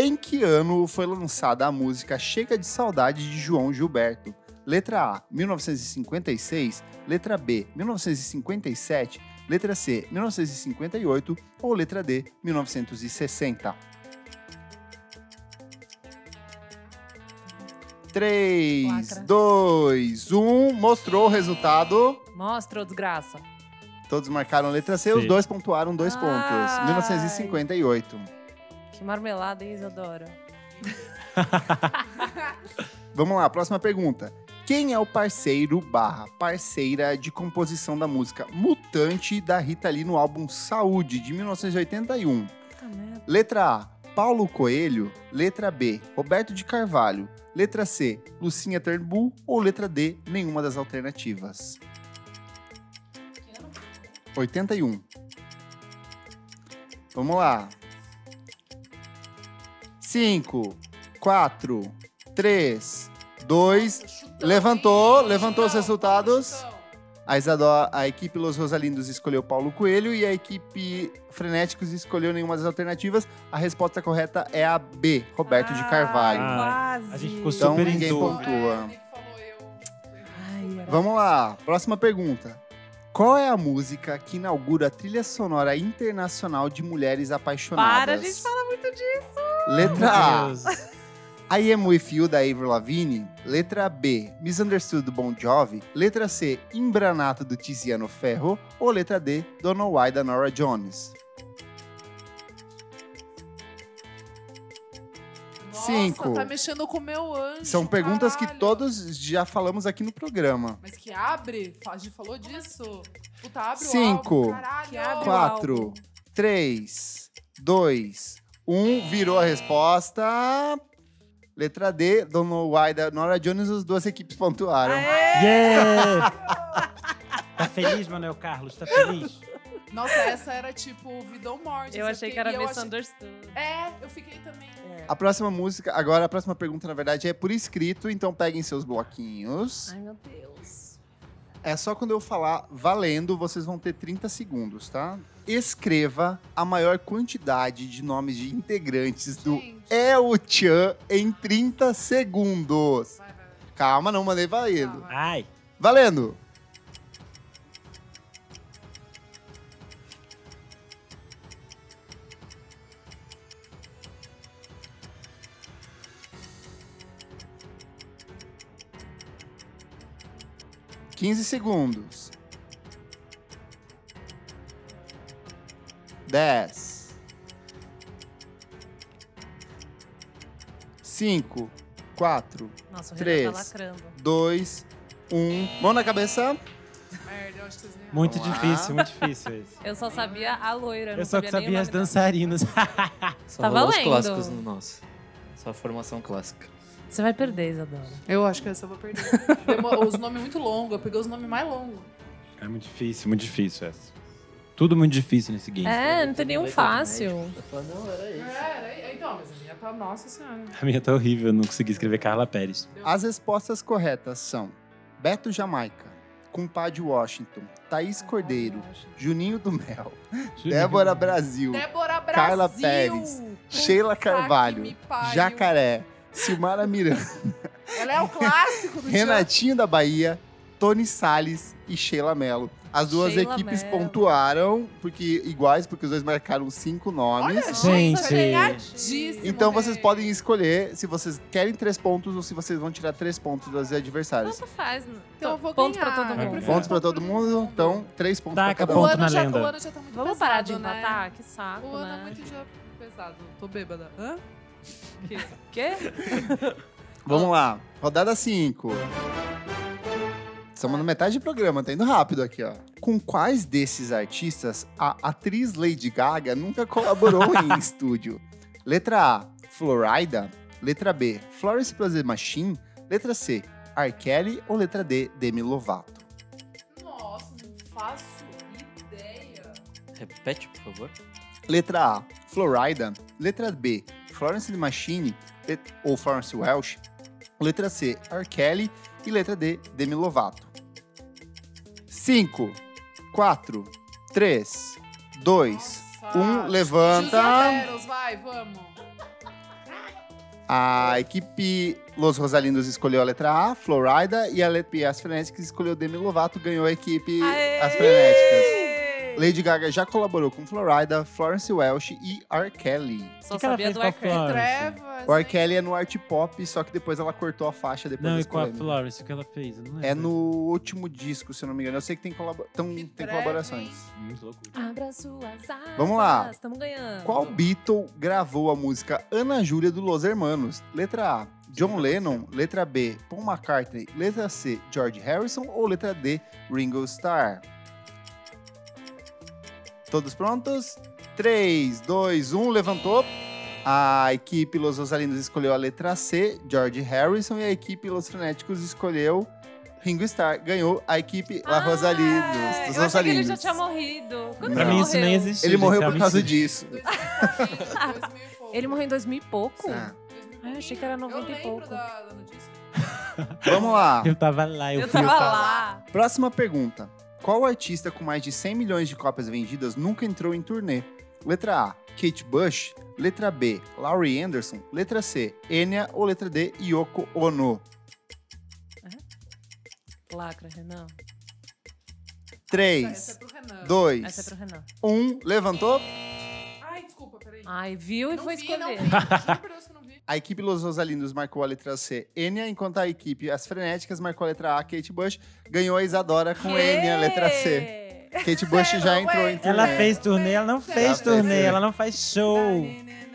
Speaker 1: Em que ano foi lançada a música Chega de Saudade de João Gilberto? Letra A, 1956. Letra B, 1957. Letra C, 1958. Ou letra D, 1960. 3,
Speaker 3: Lacra.
Speaker 1: 2, 1. Mostrou o resultado.
Speaker 3: Mostra ou desgraça?
Speaker 1: Todos marcaram letra C, os
Speaker 2: Sim.
Speaker 1: dois pontuaram dois
Speaker 3: Ai.
Speaker 1: pontos. 1958.
Speaker 3: Que marmelada, hein, Isadora?
Speaker 1: Vamos lá, próxima pergunta. Quem é o parceiro barra parceira de composição da música Mutante da Rita Lee no álbum Saúde, de 1981?
Speaker 3: Puta merda.
Speaker 1: Letra A, Paulo Coelho. Letra B, Roberto de Carvalho. Letra C, Lucinha Turnbull. Ou letra D, nenhuma das alternativas. 81. Vamos lá. 5, 4, 3,
Speaker 5: Tá
Speaker 1: 2. Levantou, levantou os resultados. A, Isadora, a equipe Los Rosalindos escolheu Paulo Coelho e a equipe Frenéticos escolheu nenhuma das alternativas. A resposta correta é a B, Roberto de Carvalho.
Speaker 2: Ah,
Speaker 3: Quase.
Speaker 2: a gente ficou
Speaker 1: Então
Speaker 2: super em
Speaker 1: ninguém
Speaker 2: dúvida.
Speaker 1: pontua.
Speaker 3: Ai, era-
Speaker 1: Vamos lá, próxima pergunta. Qual é a música que inaugura a trilha sonora internacional de mulheres apaixonadas?
Speaker 3: Para, a gente fala muito disso.
Speaker 1: Letra A,
Speaker 2: Meu Deus.
Speaker 3: Ah.
Speaker 1: I Am With You, da Avril Lavigne. Letra B, Misunderstood, do Bon Jovi. Letra C, Imbranato, do Tiziano Ferro. Ou letra D, Don't Know Why, da Nora Jones.
Speaker 5: 5.
Speaker 1: Cinco.
Speaker 5: Tá mexendo com o meu anjo.
Speaker 1: São perguntas que
Speaker 5: caralho.
Speaker 1: todos já falamos aqui no programa.
Speaker 5: Mas que abre? A gente falou disso. Puta, abre
Speaker 1: Cinco.
Speaker 5: o álbum, caralho.
Speaker 3: Que abre o álbum.
Speaker 1: Quatro, três, dois, um. Virou a resposta. Letra D, Don't Know Why, da Nora Jones. As duas equipes pontuaram.
Speaker 2: Yeah! tá feliz, Manuel Carlos? Tá feliz?
Speaker 5: Nossa, essa era tipo vida ou morte.
Speaker 3: Eu
Speaker 5: essa
Speaker 3: achei
Speaker 5: fiquei-
Speaker 3: que era
Speaker 5: e é eu achei-
Speaker 3: misunderstood.
Speaker 5: É, eu fiquei também.
Speaker 1: A próxima música, agora a próxima pergunta, na verdade, é por escrito, então peguem seus bloquinhos.
Speaker 3: Ai, meu Deus.
Speaker 1: É só quando eu falar valendo, vocês vão ter 30 segundos, tá? Escreva a maior quantidade de nomes de integrantes do
Speaker 5: Gente,
Speaker 1: É o Tchan em 30 segundos.
Speaker 5: vai, vai, vai.
Speaker 1: Calma, não mandei valendo.
Speaker 5: Tá, vai.
Speaker 2: Ai,
Speaker 1: Valendo! Quinze segundos. Dez. Cinco, quatro,
Speaker 3: Nossa, o Renan
Speaker 1: Três.
Speaker 3: tá lacrando.
Speaker 1: dois, um. Mão na cabeça.
Speaker 5: Merda, eu acho que vocês ganharam.
Speaker 2: Muito
Speaker 1: Vamos lá.
Speaker 2: difícil, muito difícil esse.
Speaker 3: Eu só sabia a loira, não
Speaker 2: Eu só que
Speaker 3: nem o
Speaker 2: sabia
Speaker 3: nome
Speaker 2: as
Speaker 3: dela.
Speaker 2: dançarinas.
Speaker 4: Só
Speaker 1: É.
Speaker 3: Tá
Speaker 4: rolou os
Speaker 3: valendo.
Speaker 4: clássicos no nosso. Só a formação clássica.
Speaker 3: Você vai perder, Isadora.
Speaker 5: Eu acho que essa eu vou perder. Demo- os nomes muito longos, eu peguei os nomes mais longos.
Speaker 2: é muito difícil, muito difícil essa. Tudo muito difícil nesse game.
Speaker 3: É, não tem nenhum fácil.
Speaker 4: Não, era
Speaker 5: É, era- então, mas a minha tá, nossa senhora.
Speaker 2: A minha tá horrível, eu não consegui escrever Carla Pérez.
Speaker 1: As respostas corretas são Beto Jamaica, Compadre Washington, Thaís Cordeiro,
Speaker 5: Ah,
Speaker 1: Juninho do Mel, Débora Brasil,
Speaker 5: Débora Brasil!
Speaker 1: Carla Pérez, Sheila
Speaker 5: Puta que
Speaker 1: Carvalho,
Speaker 5: me pariu.
Speaker 1: Jacaré, Silmara Miranda,
Speaker 5: Ela é o clássico do Renatinho.
Speaker 1: Renatinho da Bahia, Tony Salles e Sheila Mello. As duas
Speaker 3: Sheila
Speaker 1: equipes
Speaker 3: Mello.
Speaker 1: pontuaram, porque iguais, porque os dois marcaram cinco nomes.
Speaker 5: Olha,
Speaker 2: Gente.
Speaker 5: gente, pegadíssimo,
Speaker 1: Então
Speaker 5: velho.
Speaker 1: vocês podem escolher se vocês querem três pontos ou se vocês vão tirar três pontos dos adversários.
Speaker 3: Tanto faz.
Speaker 5: Então eu vou
Speaker 3: Ponto
Speaker 5: ganhar.
Speaker 3: pra todo
Speaker 5: Eu
Speaker 3: mundo.
Speaker 5: prefiro-
Speaker 1: Pontos pra todo mundo, então três pontos
Speaker 2: Taca,
Speaker 1: pra cada um.
Speaker 5: O
Speaker 2: ponto.
Speaker 5: ano,
Speaker 2: na
Speaker 5: já,
Speaker 2: lenda.
Speaker 5: o ano já tá muito
Speaker 3: Vamos
Speaker 5: pesado,
Speaker 3: parar de
Speaker 5: né?
Speaker 3: empatar? Que saco,
Speaker 5: O ano é
Speaker 3: né?
Speaker 5: muito já pesado. Tô bêbada. Hã?
Speaker 3: Quê?
Speaker 1: Vamos lá, rodada 5. Estamos na metade do programa, tá indo rápido aqui, ó. Com quais desses artistas a atriz Lady Gaga nunca colaborou em estúdio? Letra A, Florida. Letra B, Florence Plus The Machine. Letra C, R. Kelly. Ou letra D, Demi Lovato?
Speaker 5: Nossa, não faço ideia.
Speaker 4: Repete, por favor.
Speaker 1: Letra A, Florida. Letra B, Florence The Machine. Let- Ou Florence Welsh. Letra C, R. Kelly. E letra D, Demi Lovato. 5, 4, 3, 2,
Speaker 5: Nossa.
Speaker 1: 1,
Speaker 5: José
Speaker 1: levanta.
Speaker 5: Veros, vai, vamos.
Speaker 1: A equipe Los Rosalindos escolheu a letra A, Florida, e a equipe As Frenéticas escolheu Demi Lovato, ganhou a equipe
Speaker 3: Aê!
Speaker 1: As Frenéticas. Lady Gaga já colaborou com Florida, Florence Welsh e R. Kelly.
Speaker 3: Só
Speaker 2: Que que ela
Speaker 3: sabia
Speaker 2: fez
Speaker 3: do
Speaker 2: com a
Speaker 3: Arcade.
Speaker 2: Flor? Florence.
Speaker 5: Trevas.
Speaker 1: O R.
Speaker 5: hein?
Speaker 1: Kelly é no art pop, só que depois ela cortou a faixa depois
Speaker 2: Não,
Speaker 1: das
Speaker 2: e com a né?
Speaker 1: polêmicas.
Speaker 2: Florence, o que ela fez? Eu
Speaker 1: tá
Speaker 2: não
Speaker 1: É
Speaker 2: lembro.
Speaker 1: no último disco, se eu não me engano. Eu sei que tem, colabo- tão-
Speaker 5: Que
Speaker 1: tem
Speaker 5: breve,
Speaker 1: colaborações.
Speaker 5: hein?
Speaker 2: Muito loucura.
Speaker 3: Abra suas asas.
Speaker 1: Vamos lá.
Speaker 3: Estamos ganhando.
Speaker 1: Qual Beatle gravou a música Ana Júlia do Los Hermanos? Letra A, John Lennon. Letra B, Paul McCartney. Letra C, George Harrison. Ou letra D, Ringo Starr? Todos prontos? 3, 2, 1, levantou. A equipe Los Rosalindos escolheu a letra C, George Harrison. E a equipe Los Frenéticos escolheu Ringo Starr. Ganhou a equipe La
Speaker 3: Ah,
Speaker 1: Rosalindos. Dos
Speaker 3: Eu achei que ele
Speaker 1: Rosalindos.
Speaker 3: já tinha morrido.
Speaker 1: Pra
Speaker 3: Quando
Speaker 2: Pra mim
Speaker 3: ele morreu?
Speaker 2: isso nem existiu.
Speaker 1: Ele
Speaker 2: gente,
Speaker 1: morreu
Speaker 2: é uma
Speaker 1: por causa
Speaker 2: mentira.
Speaker 1: disso.
Speaker 5: 2000 2000 e pouco.
Speaker 3: Ele morreu em 2000 e pouco?
Speaker 1: Ah.
Speaker 3: Ai, eu achei que era 90
Speaker 5: Eu
Speaker 3: e
Speaker 5: lembro
Speaker 3: pouco.
Speaker 5: Da, da notícia.
Speaker 1: Ah, Vamos lá.
Speaker 2: Eu tava lá, eu,
Speaker 3: Eu
Speaker 2: fui.
Speaker 3: tava
Speaker 2: eu tava-
Speaker 3: lá.
Speaker 1: Próxima pergunta. Qual artista com mais de 100 milhões de cópias vendidas nunca entrou em turnê? Letra A, Kate Bush. Letra B, Laurie Anderson. Letra C, Enya. Ou letra D, Yoko Ono.
Speaker 3: Lacra, Renan.
Speaker 5: Essa é
Speaker 1: 3,
Speaker 5: pro Renan.
Speaker 1: 2,
Speaker 3: Essa é pro Renan.
Speaker 1: 1. Levantou.
Speaker 5: Ai, desculpa, peraí.
Speaker 3: Ai, viu? Ah, E
Speaker 5: não
Speaker 3: foi
Speaker 5: vi,
Speaker 3: escolher.
Speaker 5: não vi. Juro por Deus que eu não vi.
Speaker 1: A equipe Los Rosalindos marcou a letra C, Enya. Enquanto a equipe As Frenéticas marcou a letra A, Kate Bush. Ganhou a Isadora com Enya, letra C. Kate Bush
Speaker 5: é
Speaker 1: já entrou em turnê.
Speaker 2: Ela fez turnê, ela não fez
Speaker 1: fez
Speaker 2: turnê,
Speaker 1: turnê.
Speaker 2: ela não faz show.
Speaker 5: né,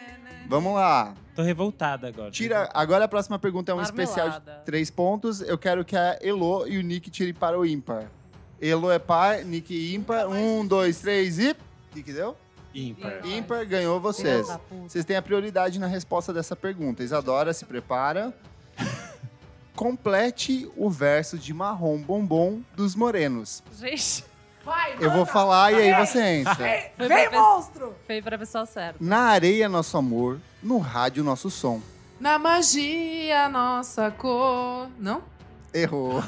Speaker 1: Vamos lá.
Speaker 2: Tô revoltada agora.
Speaker 1: Tira, agora a próxima pergunta é um
Speaker 3: Marmelada.
Speaker 1: especial de três pontos. Eu quero que a Elo e o Nick tirem para o ímpar. Elo é par, Nick ímpar. Um, dois, três e... O que que deu?
Speaker 2: Ímpar.
Speaker 5: Ímpar.
Speaker 1: Ímpar ganhou vocês. Vocês têm a prioridade na resposta dessa pergunta. Isadora, se prepara. Complete o verso de Marrom Bombom dos Morenos.
Speaker 3: Gente,
Speaker 5: Vai,
Speaker 1: Eu vou falar e aí você entra.
Speaker 3: foi
Speaker 5: Vem,
Speaker 3: pra, pessoa,
Speaker 5: monstro!
Speaker 3: foi pra pessoa certa.
Speaker 1: Na areia, nosso amor. No rádio, nosso som.
Speaker 5: Na magia, nossa cor. Não? é?
Speaker 1: Errou.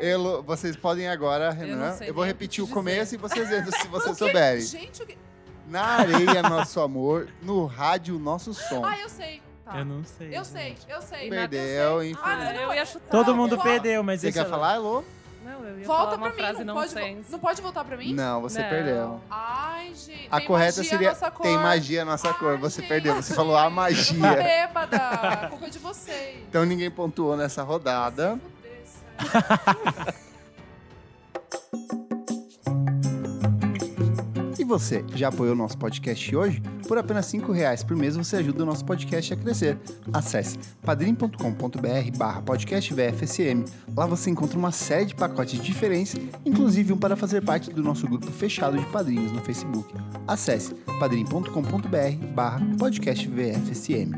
Speaker 1: Elo, vocês podem agora, Renan.
Speaker 3: não
Speaker 1: Eu,
Speaker 3: sei
Speaker 1: vou
Speaker 3: nem o
Speaker 1: repetir o
Speaker 3: que te
Speaker 1: começo e vocês entram se vocês
Speaker 5: Por quê?
Speaker 1: souberem.
Speaker 5: Gente, o que...
Speaker 1: Na areia, nosso amor, no rádio, nosso som.
Speaker 5: Ah, eu sei. Tá.
Speaker 2: Eu não sei. né?
Speaker 5: Eu sei, eu sei.
Speaker 1: Perdeu, enfim.
Speaker 5: Ah, não,
Speaker 3: eu ia chutar.
Speaker 2: Todo
Speaker 5: Ah,
Speaker 2: mundo
Speaker 5: vó.
Speaker 2: perdeu, mas
Speaker 1: Você
Speaker 2: esse é
Speaker 1: quer
Speaker 2: ela-
Speaker 1: falar, Elo?
Speaker 3: Não, eu ia
Speaker 5: Volta
Speaker 3: falar uma
Speaker 5: pra mim,
Speaker 3: frase
Speaker 5: não
Speaker 3: não
Speaker 5: pode,
Speaker 3: sei.
Speaker 5: não pode voltar pra mim?
Speaker 1: Não, você
Speaker 3: Não.
Speaker 1: perdeu.
Speaker 5: Ai, gente.
Speaker 1: A
Speaker 5: tem
Speaker 1: correta
Speaker 5: magia,
Speaker 1: seria
Speaker 5: nossa cor.
Speaker 1: tem magia nossa cor.
Speaker 5: Ai,
Speaker 1: Você
Speaker 5: gente.
Speaker 1: perdeu. Você falou a
Speaker 5: Eu tô
Speaker 1: magia.
Speaker 5: Tá bêbada. A culpa é de vocês.
Speaker 1: Então ninguém pontuou nessa rodada.
Speaker 5: Se fuder, sério.
Speaker 1: E você, já apoiou o nosso podcast hoje? Por apenas cinco reais por mês você ajuda o nosso podcast a crescer. Acesse padrim.com.br barra podcast VFSM. Lá você encontra uma série de pacotes diferentes, inclusive um para fazer parte do nosso grupo fechado de padrinhos no Facebook. Acesse padrim.com.br barra podcast VFSM.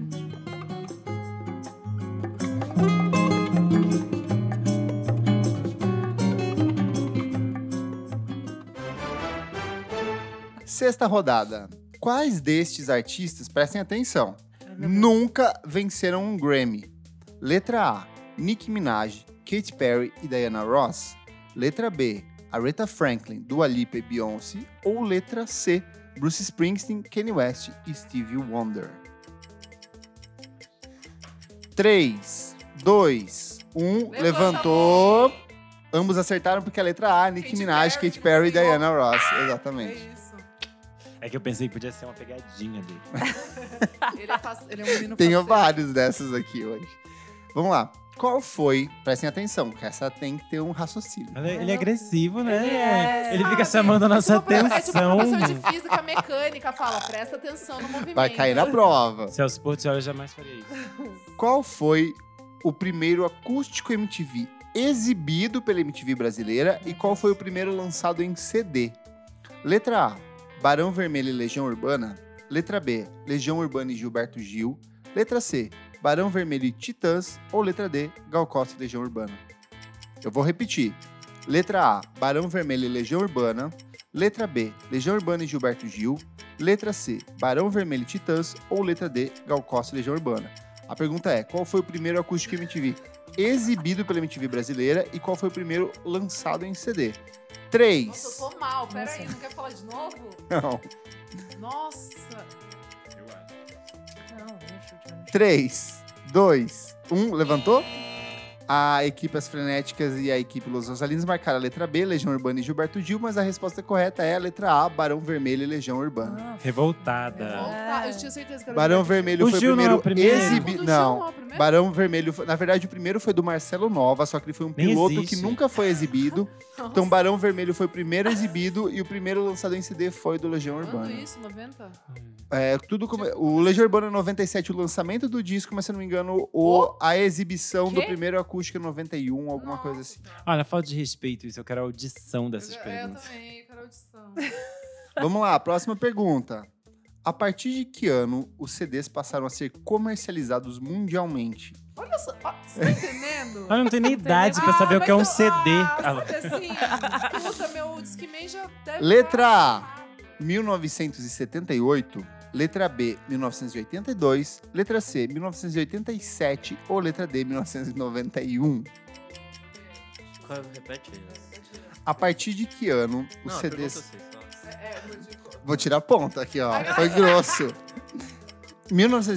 Speaker 1: Sexta rodada. Quais destes artistas, prestem atenção, nunca venceram um Grammy? Letra A, Nicki Minaj, Katy Perry e Diana Ross. Letra B, Aretha Franklin, Dua Lipa e Beyoncé. Ou letra C, Bruce Springsteen, Kanye West e Stevie Wonder. 3, 2, 1,
Speaker 5: Levanta a
Speaker 1: levantou. Ambos acertaram porque a letra A, Nicki
Speaker 5: Katy
Speaker 1: Minaj,
Speaker 5: Perry,
Speaker 1: Katy Perry e
Speaker 5: Beyoncé.
Speaker 1: Diana Ross.
Speaker 5: É
Speaker 1: Exatamente.
Speaker 5: isso.
Speaker 2: É que eu pensei que podia ser uma pegadinha dele.
Speaker 5: Ele é, fac- ele é um menino
Speaker 1: Tenho
Speaker 5: faceiro.
Speaker 1: vários dessas aqui hoje. Vamos lá. Qual foi? Prestem atenção, que essa tem que ter um raciocínio.
Speaker 2: Ele, ele é agressivo, né?
Speaker 3: Ele é,
Speaker 2: Ele fica
Speaker 5: sabe?
Speaker 2: chamando a nossa
Speaker 5: Tipo, É tipo uma
Speaker 2: atenção.
Speaker 5: professor de física mecânica fala, presta atenção no movimento.
Speaker 1: Vai cair na prova.
Speaker 2: Celso Portiolli jamais faria isso.
Speaker 1: Qual foi o primeiro acústico MTV exibido pela MTV brasileira e qual foi o primeiro lançado em CD? Letra A: Barão Vermelho e Legião Urbana. Letra B: Legião Urbana e Gilberto Gil. Letra C: Barão Vermelho e Titãs. Ou letra D: Gal Costa e Legião Urbana. Eu vou repetir. Letra A: Barão Vermelho e Legião Urbana. Letra B: Legião Urbana e Gilberto Gil. Letra C: Barão Vermelho e Titãs. Ou letra D: Gal Costa e Legião Urbana. A pergunta é: qual foi o primeiro acústico MTV exibido pela MTV brasileira e qual foi o primeiro lançado em CD?
Speaker 5: Nossa, eu
Speaker 1: 3.
Speaker 5: tô mal, peraí,
Speaker 3: Nossa.
Speaker 5: não quer falar de novo?
Speaker 1: Não.
Speaker 5: Nossa,
Speaker 3: Não, não chute, não chute.
Speaker 1: 3, 2, 1. Levantou? A equipe As Frenéticas e a equipe Los Rosalinos marcaram a letra B, Legião Urbana e Gilberto Gil, mas a resposta correta é a letra A, Barão Vermelho e Legião Urbana.
Speaker 3: Ah,
Speaker 2: Revoltada.
Speaker 5: voltar. Eu tinha certeza que era
Speaker 1: Barão
Speaker 5: Gilberto.
Speaker 1: Vermelho
Speaker 2: Ah, O
Speaker 1: foi
Speaker 2: Gil
Speaker 1: o
Speaker 2: não
Speaker 1: primeiro,
Speaker 2: é o primeiro?
Speaker 5: O
Speaker 1: exibido.
Speaker 5: do
Speaker 1: Não,
Speaker 5: Gil é o primeiro?
Speaker 1: Barão Vermelho, foi- na verdade, o primeiro foi do Marcelo Nova, só que ele foi um
Speaker 2: Nem
Speaker 1: piloto
Speaker 2: existe.
Speaker 1: que nunca foi exibido.
Speaker 5: Nossa,
Speaker 1: Então, Barão Vermelho foi o primeiro exibido e o primeiro lançado em CD foi do Legião
Speaker 5: Quando
Speaker 1: Urbana.
Speaker 5: isso, 90?
Speaker 1: É, tudo come-
Speaker 4: Tipo,
Speaker 1: O
Speaker 4: assim?
Speaker 1: Legião Urbana é 97, o lançamento do disco, mas se eu não me engano, o... a exibição do
Speaker 5: Quê?
Speaker 1: primeiro acústico é 91, alguma coisa assim.
Speaker 2: Olha, falta de respeito isso. Eu quero a audição dessas
Speaker 5: eu, eu
Speaker 2: perguntas.
Speaker 5: também, eu quero audição.
Speaker 1: Vamos lá, próxima pergunta. A partir de que ano os CDs passaram a ser comercializados mundialmente?
Speaker 5: Olha só, ó, você tá entendendo?
Speaker 2: Olha, não tem nem
Speaker 3: Não tem
Speaker 2: idade pra
Speaker 5: Ah,
Speaker 2: saber o
Speaker 5: mas
Speaker 2: que é um
Speaker 5: eu-
Speaker 2: CD. Ah,
Speaker 5: Ah, sabe assim, puta, meu Discman já deve
Speaker 1: Letra
Speaker 5: estar-
Speaker 1: 1978, letra B, 1982, letra C, 1987 ou letra D, 1991?
Speaker 4: Qual- é Repete aí.
Speaker 1: A partir de que ano os
Speaker 4: Não,
Speaker 1: CDs
Speaker 4: pergunta vocês, só.
Speaker 5: É, eu digo,
Speaker 1: Vou tirar ponto aqui, ó. Foi grosso.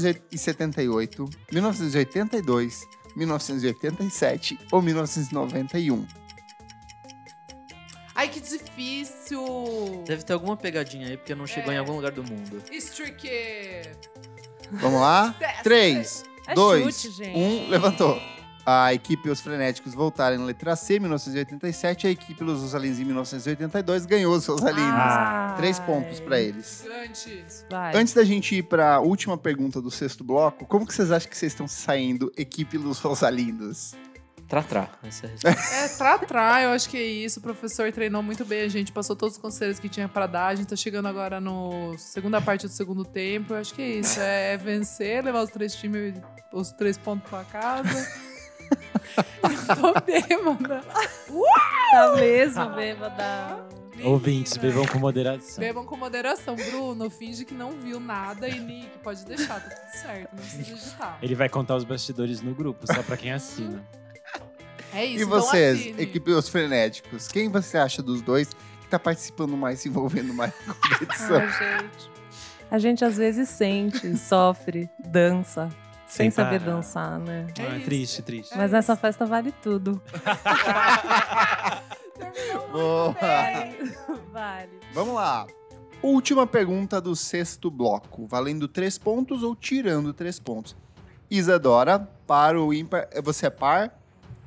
Speaker 1: 1978, 1982, 1987 ou 1991.
Speaker 5: Ai, que difícil.
Speaker 4: Deve ter alguma pegadinha aí, porque não chegou em algum lugar do mundo.
Speaker 5: Stricker.
Speaker 1: Vamos lá?
Speaker 5: Desce.
Speaker 1: 3,
Speaker 3: É
Speaker 1: 2,
Speaker 3: chute, gente.
Speaker 1: 1, levantou. A equipe Os Frenéticos voltaram na letra C, 1987. A equipe Los Rosalinos, em 1982, ganhou os Rosalinos.
Speaker 2: Ah.
Speaker 1: Tá Três pontos pra eles.
Speaker 5: Grande.
Speaker 3: Vai.
Speaker 1: Antes da gente ir pra última pergunta do sexto bloco, como que vocês acham que vocês estão saindo, equipe Los Rosalindos?
Speaker 4: Tratrá. Essa é a resposta.
Speaker 5: É, tratrá, eu acho que é isso. O professor treinou muito bem a gente, passou todos os conselhos que tinha pra dar. A gente tá chegando agora no segunda parte do segundo tempo. Eu acho que é isso. É vencer, levar os três times, os três pontos pra casa. eu tô bêbada.
Speaker 3: Tá mesmo, bêbada.
Speaker 2: Ouvintes,
Speaker 5: Menina.
Speaker 2: bebam com moderação.
Speaker 5: Bebam com moderação, Bruno. Finge que não viu nada e Nick, pode deixar, tá tudo certo. Não precisa digitar.
Speaker 2: Ele vai contar os bastidores no grupo, só pra quem assina.
Speaker 5: É isso,
Speaker 1: e vocês,
Speaker 5: então assine.
Speaker 1: equipe Os Frenéticos, quem você acha dos dois que tá participando mais, se envolvendo mais na competição?
Speaker 3: Ai, gente. A gente às vezes sente, sofre, dança. Sem, saber
Speaker 2: parar.
Speaker 3: dançar, né?
Speaker 5: É
Speaker 2: Ah,
Speaker 5: isso.
Speaker 2: triste, triste.
Speaker 3: Mas
Speaker 5: isso.
Speaker 3: nessa festa vale tudo.
Speaker 5: Terminou muito
Speaker 1: Boa!
Speaker 5: bem.
Speaker 3: vale.
Speaker 1: Vamos lá. Última pergunta do sexto bloco, valendo três pontos ou tirando três pontos. Isadora, par ou ímpar? Você é par?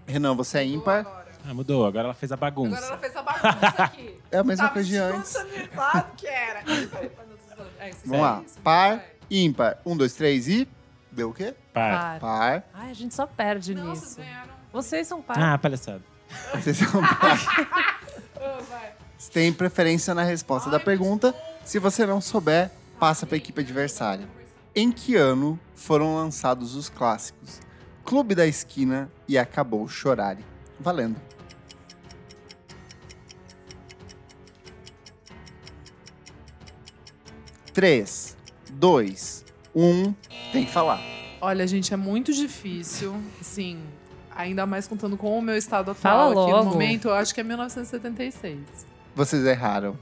Speaker 1: Renan, você é ímpar?
Speaker 5: Agora.
Speaker 2: Ah, mudou, agora ela fez a
Speaker 5: Agora
Speaker 2: bagunça.
Speaker 5: ela fez a bagunça aqui.
Speaker 1: É a mesma
Speaker 5: Tava
Speaker 1: coisa de
Speaker 5: de tudo
Speaker 1: antes.
Speaker 5: sanitizado que era. Eu falei pra Deus, É, isso
Speaker 1: Vamos lá.
Speaker 5: é isso,
Speaker 1: Par,
Speaker 5: vai.
Speaker 1: ímpar. Um, dois, três e. Deu o quê?
Speaker 2: Par.
Speaker 3: Par.
Speaker 1: Par.
Speaker 3: Ai, a gente só perde
Speaker 5: Não, vocês
Speaker 3: nisso.
Speaker 5: ganharam.
Speaker 3: Vocês são par.
Speaker 2: Ah, palhaçada.
Speaker 1: Vocês são par.
Speaker 5: Ah, vai.
Speaker 1: Você tem preferência na resposta da pergunta. Se você não souber, passa para a equipe adversária. Em que ano foram lançados os clássicos Clube da Esquina e Acabou Chorare? Valendo. Três, dois, um. Tem que falar.
Speaker 5: Olha, gente, é muito difícil, assim, ainda mais contando com o meu estado
Speaker 3: Fala
Speaker 5: atual aqui no
Speaker 3: logo.
Speaker 5: momento, eu acho que é 1976.
Speaker 1: Vocês erraram.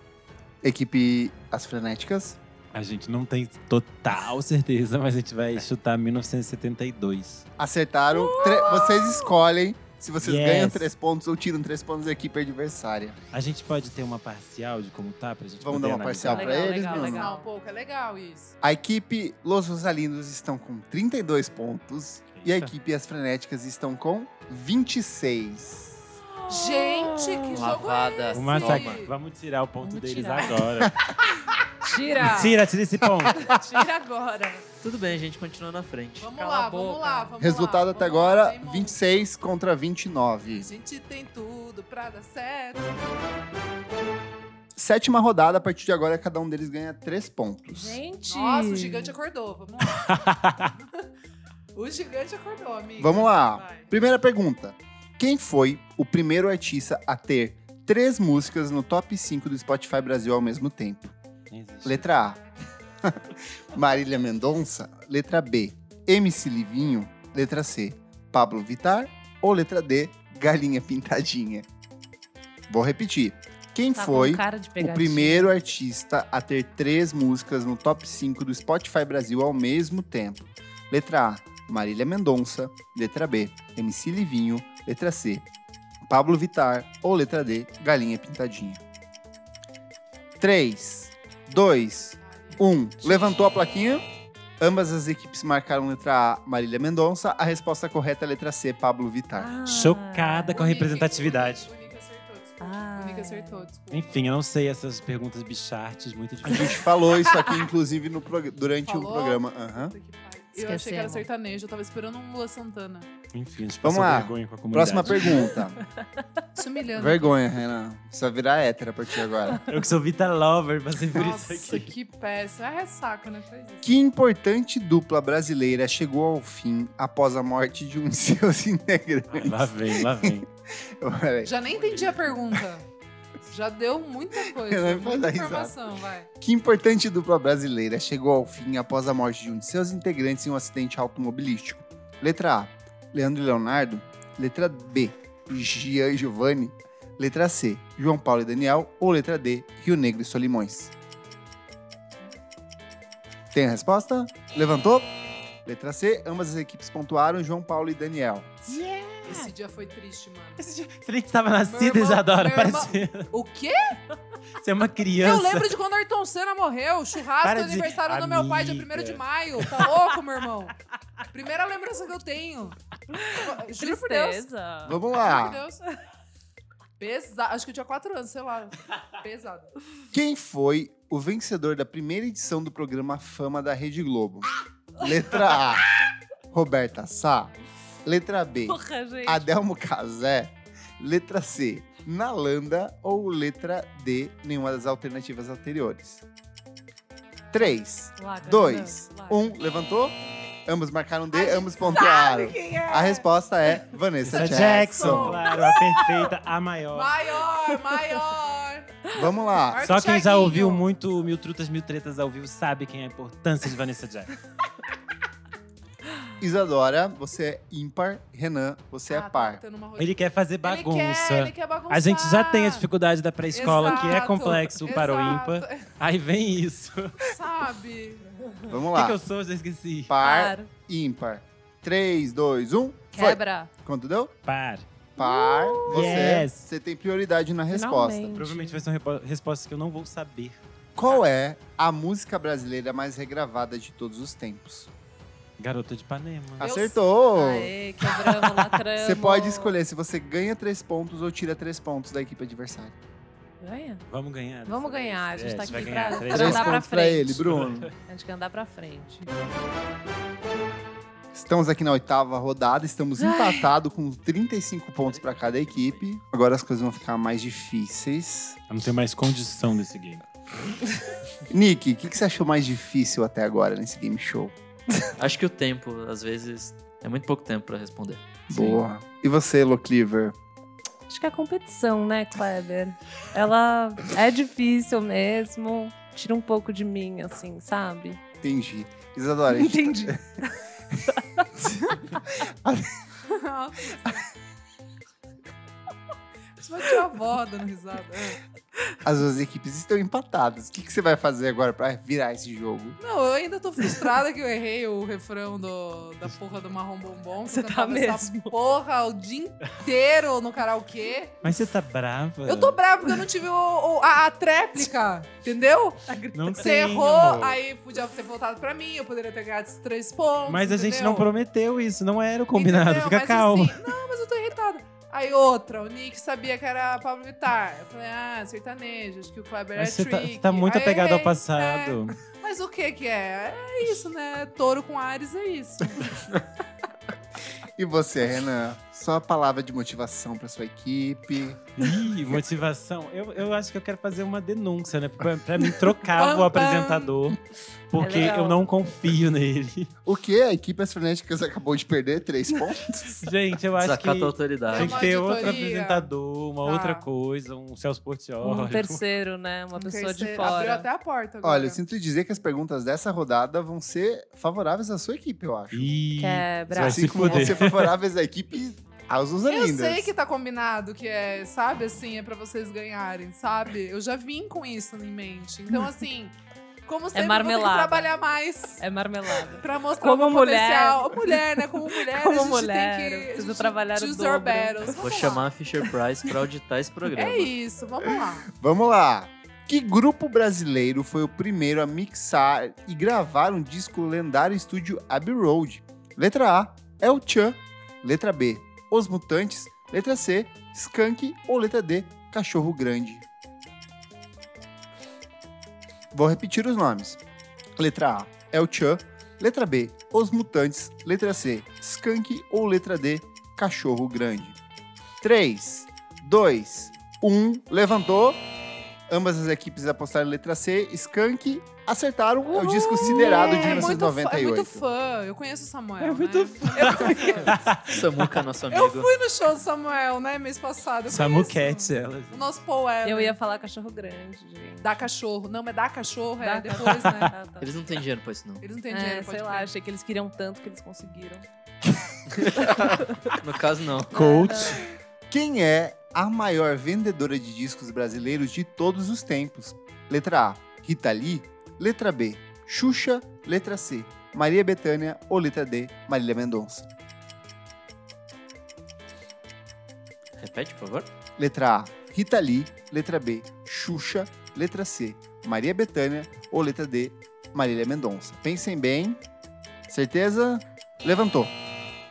Speaker 1: Equipe As Frenéticas.
Speaker 2: A gente não tem total certeza, mas a gente
Speaker 1: É.
Speaker 2: vai chutar 1972.
Speaker 1: Acertaram. Tre- Vocês escolhem se vocês
Speaker 2: Yes.
Speaker 1: ganham três pontos ou tiram três pontos da equipe adversária.
Speaker 2: A gente pode ter uma parcial de como tá pra gente
Speaker 1: Vamos
Speaker 2: poder
Speaker 1: dar uma parcial
Speaker 2: analisar?
Speaker 1: pra
Speaker 3: Legal,
Speaker 1: eles, né?
Speaker 3: legal,
Speaker 1: mano?
Speaker 3: legal.
Speaker 5: Não, um pouco, é legal isso.
Speaker 1: A equipe Los Rosalindos estão com 32 pontos e a equipe As Frenéticas estão com 26.
Speaker 5: Ah. Gente, que jogo é
Speaker 4: Lavada.
Speaker 5: esse?
Speaker 2: O massacre. Vamos tirar o ponto
Speaker 3: Vamos
Speaker 2: deles
Speaker 3: tirar.
Speaker 2: agora.
Speaker 5: Ah.
Speaker 3: Tira!
Speaker 2: Tira, tira esse ponto.
Speaker 3: Tira agora!
Speaker 4: Tudo bem, gente, continua na frente.
Speaker 5: Vamos
Speaker 3: Cala
Speaker 5: lá,
Speaker 3: a
Speaker 5: vamos
Speaker 3: boca.
Speaker 5: lá, vamos lá.
Speaker 1: Resultado
Speaker 5: vamos
Speaker 1: até
Speaker 5: lá,
Speaker 1: agora,
Speaker 5: tem monte.
Speaker 1: 26 contra
Speaker 5: A
Speaker 1: 29.
Speaker 5: gente tem tudo pra dar certo.
Speaker 1: Sétima rodada, a partir de agora, cada um deles ganha 3 pontos.
Speaker 3: Gente!
Speaker 5: Nossa, o gigante acordou, vamos lá. o gigante acordou, amigo.
Speaker 1: Vamos lá. Primeira pergunta. Quem foi o primeiro artista a ter três músicas no top 5 do Spotify Brasil ao mesmo tempo? Letra A. Marília Mendonça. Letra B. MC Livinho. Letra C. Pablo Vitar. Ou letra D. Galinha Pintadinha. Vou repetir. Quem
Speaker 3: Tá com
Speaker 1: foi
Speaker 3: cara de
Speaker 1: o
Speaker 3: pegadinha.
Speaker 1: primeiro artista a ter três músicas no top 5 do Spotify Brasil ao mesmo tempo? Letra A, Marília Mendonça. Letra B, MC Livinho. Letra C, Pablo Vitar. Ou letra D, Galinha Pintadinha. 3, 2, 1. Levantou a plaquinha. Ambas as equipes marcaram letra A, Marília Mendonça. A resposta correta é letra C, Pablo Vitar.
Speaker 3: Ah.
Speaker 2: Chocada com a representatividade.
Speaker 5: O Nick acertou, desculpa.
Speaker 3: Ah,
Speaker 5: O Nick acertou, desculpa.
Speaker 2: Enfim, eu não sei essas perguntas bichartes, muito
Speaker 1: A gente
Speaker 2: difícil.
Speaker 1: falou isso aqui, inclusive, no prog- durante o
Speaker 5: Falou?
Speaker 1: programa. Aham.
Speaker 5: Puta que pariu. Eu achei que era
Speaker 3: Esquecemos.
Speaker 5: sertanejo, eu tava esperando um Lua Santana.
Speaker 2: Enfim, a gente
Speaker 1: Vamos
Speaker 2: passou
Speaker 1: lá.
Speaker 2: vergonha com a comunidade.
Speaker 1: Próxima pergunta.
Speaker 5: Se humilhando.
Speaker 1: Vergonha, Renan. Você vai virar hétero a partir de agora.
Speaker 2: Eu que sou Vita Lover, passei por isso
Speaker 5: Nossa,
Speaker 2: aqui.
Speaker 5: que péssimo. É ressaca, né? Faz isso.
Speaker 1: Que importante dupla brasileira chegou ao fim após a morte de um de seus integrantes?
Speaker 2: Lá vem, lá vem.
Speaker 1: Peraí.
Speaker 5: Já nem entendi a pergunta. Já deu muita
Speaker 1: Eu
Speaker 5: coisa.
Speaker 1: não vou
Speaker 5: Muita
Speaker 1: dar risada.
Speaker 5: informação, vai.
Speaker 1: Que importante dupla brasileira chegou ao fim após a morte de um de seus integrantes em um acidente automobilístico? Letra A, Leandro e Leonardo. Letra B, Gian e Giovanni. Letra C, João Paulo e Daniel. Ou letra D, Rio Negro e Solimões. Tem a resposta? Levantou? Letra C, ambas as equipes pontuaram João Paulo e Daniel.
Speaker 5: Esse dia foi triste, mano.
Speaker 2: Esse dia- Se ele estava nascido,
Speaker 5: Meu irmão-
Speaker 2: Isadora,
Speaker 5: meu irmão-
Speaker 2: parecia
Speaker 5: O quê?
Speaker 1: é
Speaker 2: ser uma criança.
Speaker 5: Eu lembro de quando Ayrton Senna morreu. Churrasco
Speaker 2: Para
Speaker 5: do
Speaker 2: de-
Speaker 5: aniversário do meu pai, dia 1 de
Speaker 2: Amiga.
Speaker 5: maio. Tá louco, meu irmão? Primeira lembrança que eu tenho. Juro por Deus.
Speaker 3: Tristeza.
Speaker 1: Vamos
Speaker 2: Ah.
Speaker 5: Juro por
Speaker 1: lá!
Speaker 5: Deus. Pesado. Acho que eu tinha quatro anos, sei lá. Pesado.
Speaker 1: Quem foi o vencedor da primeira edição do programa Fama da Rede Globo? Letra A, Roberta Sá. Letra B,
Speaker 3: Porra, gente.
Speaker 1: Adelmo Casé. Letra C, Nalanda. Ou letra D, nenhuma das alternativas anteriores. 3,
Speaker 3: Laga,
Speaker 1: 2,
Speaker 3: Renan, laga.
Speaker 1: 1, levantou? Ambos marcaram D,
Speaker 5: A gente
Speaker 1: ambos pontuaram.
Speaker 5: Quem é?
Speaker 1: A resposta é Vanessa
Speaker 2: Essa
Speaker 1: Jackson.
Speaker 2: Jackson, claro, a perfeita, a maior.
Speaker 5: Maior, maior.
Speaker 1: Vamos lá.
Speaker 5: Marca
Speaker 2: Só
Speaker 5: o
Speaker 2: quem já
Speaker 5: Thiaguinho.
Speaker 2: ouviu muito Mil Trutas, Mil Tretas ao vivo sabe quem é a importância de Vanessa Jackson.
Speaker 1: Isadora, você é ímpar. Renan, você
Speaker 5: Ah,
Speaker 1: é
Speaker 5: tá
Speaker 1: par.
Speaker 5: botando uma
Speaker 2: Ele quer fazer
Speaker 5: Ele
Speaker 2: bagunça.
Speaker 5: quer, ele quer bagunçar.
Speaker 2: A gente já tem a dificuldade da pré-escola, que é
Speaker 5: Exato,
Speaker 2: complexo para o
Speaker 5: exato. É,
Speaker 2: ímpar. Aí vem isso. O
Speaker 5: Sabe?
Speaker 1: Vamos
Speaker 2: que,
Speaker 1: lá.
Speaker 2: que eu sou? Já esqueci.
Speaker 1: Par,
Speaker 3: Par.
Speaker 1: ímpar. 3, 2, 1. Foi.
Speaker 3: Quebra. Uh!
Speaker 1: Quanto deu?
Speaker 2: Par.
Speaker 1: Par. Você,
Speaker 2: Yes.
Speaker 1: você tem prioridade na resposta.
Speaker 3: Finalmente.
Speaker 2: Provavelmente vai ser uma repo- resposta que eu não vou saber.
Speaker 1: Qual é a música brasileira mais regravada de todos os tempos?
Speaker 2: Garota de Ipanema.
Speaker 1: Ah.
Speaker 5: Eu-
Speaker 1: Acertou!
Speaker 3: Aê, quebramos, lacramos.
Speaker 1: Você pode escolher se você ganha 3 pontos ou tira 3 pontos da equipe adversária.
Speaker 3: Eu Ganha?
Speaker 2: Vamos ganhar. dessa
Speaker 3: Vamos ganhar, a
Speaker 2: vez.
Speaker 3: gente tá
Speaker 2: você vai
Speaker 3: aqui
Speaker 2: ganhar
Speaker 3: pra-
Speaker 2: três
Speaker 3: pra
Speaker 1: Três
Speaker 3: andar
Speaker 2: pontos.
Speaker 1: pontos pra
Speaker 3: frente.
Speaker 1: ele, Bruno.
Speaker 3: A gente quer é andar pra frente.
Speaker 1: Estamos aqui na oitava rodada, estamos empatados com 35 pontos pra cada equipe. Agora as coisas vão ficar mais difíceis.
Speaker 2: Eu não tenho mais condição desse game.
Speaker 1: Nick, o que, que você achou mais difícil até agora nesse game show?
Speaker 4: Acho que o tempo, às vezes, é muito pouco tempo pra responder.
Speaker 1: Boa. E você, Locliver?
Speaker 3: Acho que é a competição, né, Kleber? Ela é difícil mesmo. Tira um pouco de mim, assim, sabe?
Speaker 1: Entendi. Isadora, a gente tá-
Speaker 5: Você vai tirar a avó dando risada. É.
Speaker 1: as duas equipes estão empatadas. O que, que você vai fazer agora pra virar esse jogo?
Speaker 5: Não, eu ainda tô frustrada que eu errei o refrão do, da porra do marrom bombom. que
Speaker 3: Você
Speaker 5: eu
Speaker 3: tá
Speaker 5: cantava Essa
Speaker 3: mesmo.
Speaker 5: porra o dia inteiro no karaokê.
Speaker 2: Mas você tá brava?
Speaker 5: Eu tô brava porque eu não tive o, o- a, a tréplica, entendeu?
Speaker 2: Não
Speaker 5: Você
Speaker 2: tem,
Speaker 5: errou,
Speaker 2: amor.
Speaker 5: aí podia ter voltado pra mim, eu poderia ter ganhado esses três pontos.
Speaker 2: Mas a gente
Speaker 5: entendeu?
Speaker 2: não prometeu isso, não era o combinado.
Speaker 5: Entendeu?
Speaker 2: Fica
Speaker 5: Mas
Speaker 2: calmo.
Speaker 5: assim, não, mas eu tô irritada. Aí outra, o Nick sabia que era Pablo Vittar. Eu falei, ah, sertanejo, acho que o Kleber
Speaker 2: Mas
Speaker 5: é
Speaker 2: você tá,
Speaker 5: tricky.
Speaker 2: você tá muito
Speaker 5: Aí
Speaker 2: apegado
Speaker 5: errei.
Speaker 2: ao passado.
Speaker 5: É, Mas o que que é? É isso, né? Touro com Ares é isso.
Speaker 1: E você, Renan? Só a palavra de motivação pra sua equipe.
Speaker 2: Ih, motivação. Eu, eu acho que eu quero fazer uma denúncia, né? Pra, pra mim trocar
Speaker 5: Pam,
Speaker 2: o
Speaker 5: pam. É
Speaker 2: apresentador. Porque
Speaker 3: legal.
Speaker 2: eu não confio nele.
Speaker 1: O que? A equipe As Frenéticas acabou de perder três pontos?
Speaker 2: Gente, eu acho
Speaker 4: Desacata a
Speaker 2: que tem
Speaker 4: autoridade.
Speaker 2: que
Speaker 5: É Uma
Speaker 2: ter outro
Speaker 5: auditoria.
Speaker 2: apresentador, uma
Speaker 5: Tá.
Speaker 2: outra coisa, um Celso Portiolli.
Speaker 3: Um terceiro, né? Uma pessoa de
Speaker 5: Terceiro- Abriu
Speaker 3: fora.
Speaker 5: até a porta agora.
Speaker 1: Olha, eu sinto dizer que as perguntas dessa rodada vão ser favoráveis à sua equipe, eu acho.
Speaker 2: Ih,
Speaker 3: Quebra.
Speaker 2: vai
Speaker 1: assim
Speaker 2: se
Speaker 1: como vão ser
Speaker 2: fuder.
Speaker 1: favoráveis à equipe aos
Speaker 4: é
Speaker 5: Eu
Speaker 1: Usalindas.
Speaker 5: sei que tá combinado, que é, sabe, assim, é pra vocês ganharem, sabe? Eu já vim com isso em mente. Então, assim, como sempre, eu vou ter que
Speaker 3: É marmelada.
Speaker 5: trabalhar mais.
Speaker 3: É marmelada.
Speaker 5: Pra mostrar
Speaker 3: Como
Speaker 5: o meu
Speaker 3: mulher.
Speaker 5: potencial. Mulher, né? Como mulher,
Speaker 3: Como
Speaker 5: a gente tem
Speaker 3: mulher,
Speaker 5: que...
Speaker 3: eu
Speaker 5: a
Speaker 3: preciso
Speaker 5: gente
Speaker 3: trabalhar o
Speaker 5: choose
Speaker 3: dobro.
Speaker 5: our battles.
Speaker 4: Vou
Speaker 5: Vamos lá.
Speaker 4: chamar a Fisher Price pra auditar esse programa.
Speaker 5: É isso, vamos lá.
Speaker 1: Vamos lá. Que grupo brasileiro foi o primeiro a mixar e gravar um disco lendário estúdio Abbey Road? Letra A, é o Tchan. Letra B, Os Mutantes. Letra C, Skank. Ou letra D, Cachorro Grande. Vou repetir os nomes. Letra A, é o Tchan. Letra B, Os Mutantes. Letra C, Skank. Ou letra D, Cachorro Grande. 3, 2, 1. Levantou. Ambas as equipes apostaram em letra C. Skank acertaram. É o disco Siderado de
Speaker 5: É muito fã-
Speaker 1: 1998.
Speaker 5: É muito fã, eu conheço o Samuel.
Speaker 2: É muito
Speaker 5: né?
Speaker 2: fã.
Speaker 5: Eu conheço.
Speaker 4: Samuca, nosso amigo.
Speaker 5: Eu fui no show do Samuel, né? Mês passado. eu conheço.
Speaker 2: Samuquete, ela.
Speaker 5: O nosso Paul Weller.
Speaker 3: Eu ia falar cachorro grande, gente.
Speaker 5: Dar cachorro. Não, mas dar cachorro é
Speaker 3: Dá-
Speaker 5: depois, né?
Speaker 3: Ah, tá.
Speaker 4: Eles não têm dinheiro pra isso, não.
Speaker 5: Eles não têm dinheiro,
Speaker 3: É,
Speaker 5: pode
Speaker 3: sei lá,
Speaker 5: crer.
Speaker 3: achei que eles queriam tanto que eles conseguiram.
Speaker 4: No caso, não.
Speaker 2: Coach.
Speaker 1: Quem é a maior vendedora de discos brasileiros de todos os tempos? Letra A, Rita Lee. Letra B, Xuxa. Letra C, Maria Bethânia. Ou letra D, Marília Mendonça.
Speaker 4: Repete, por favor.
Speaker 1: Letra A, Rita Lee. Letra B, Xuxa. Letra C, Maria Bethânia. Ou letra D, Marília Mendonça. Pensem bem. Certeza? Levantou.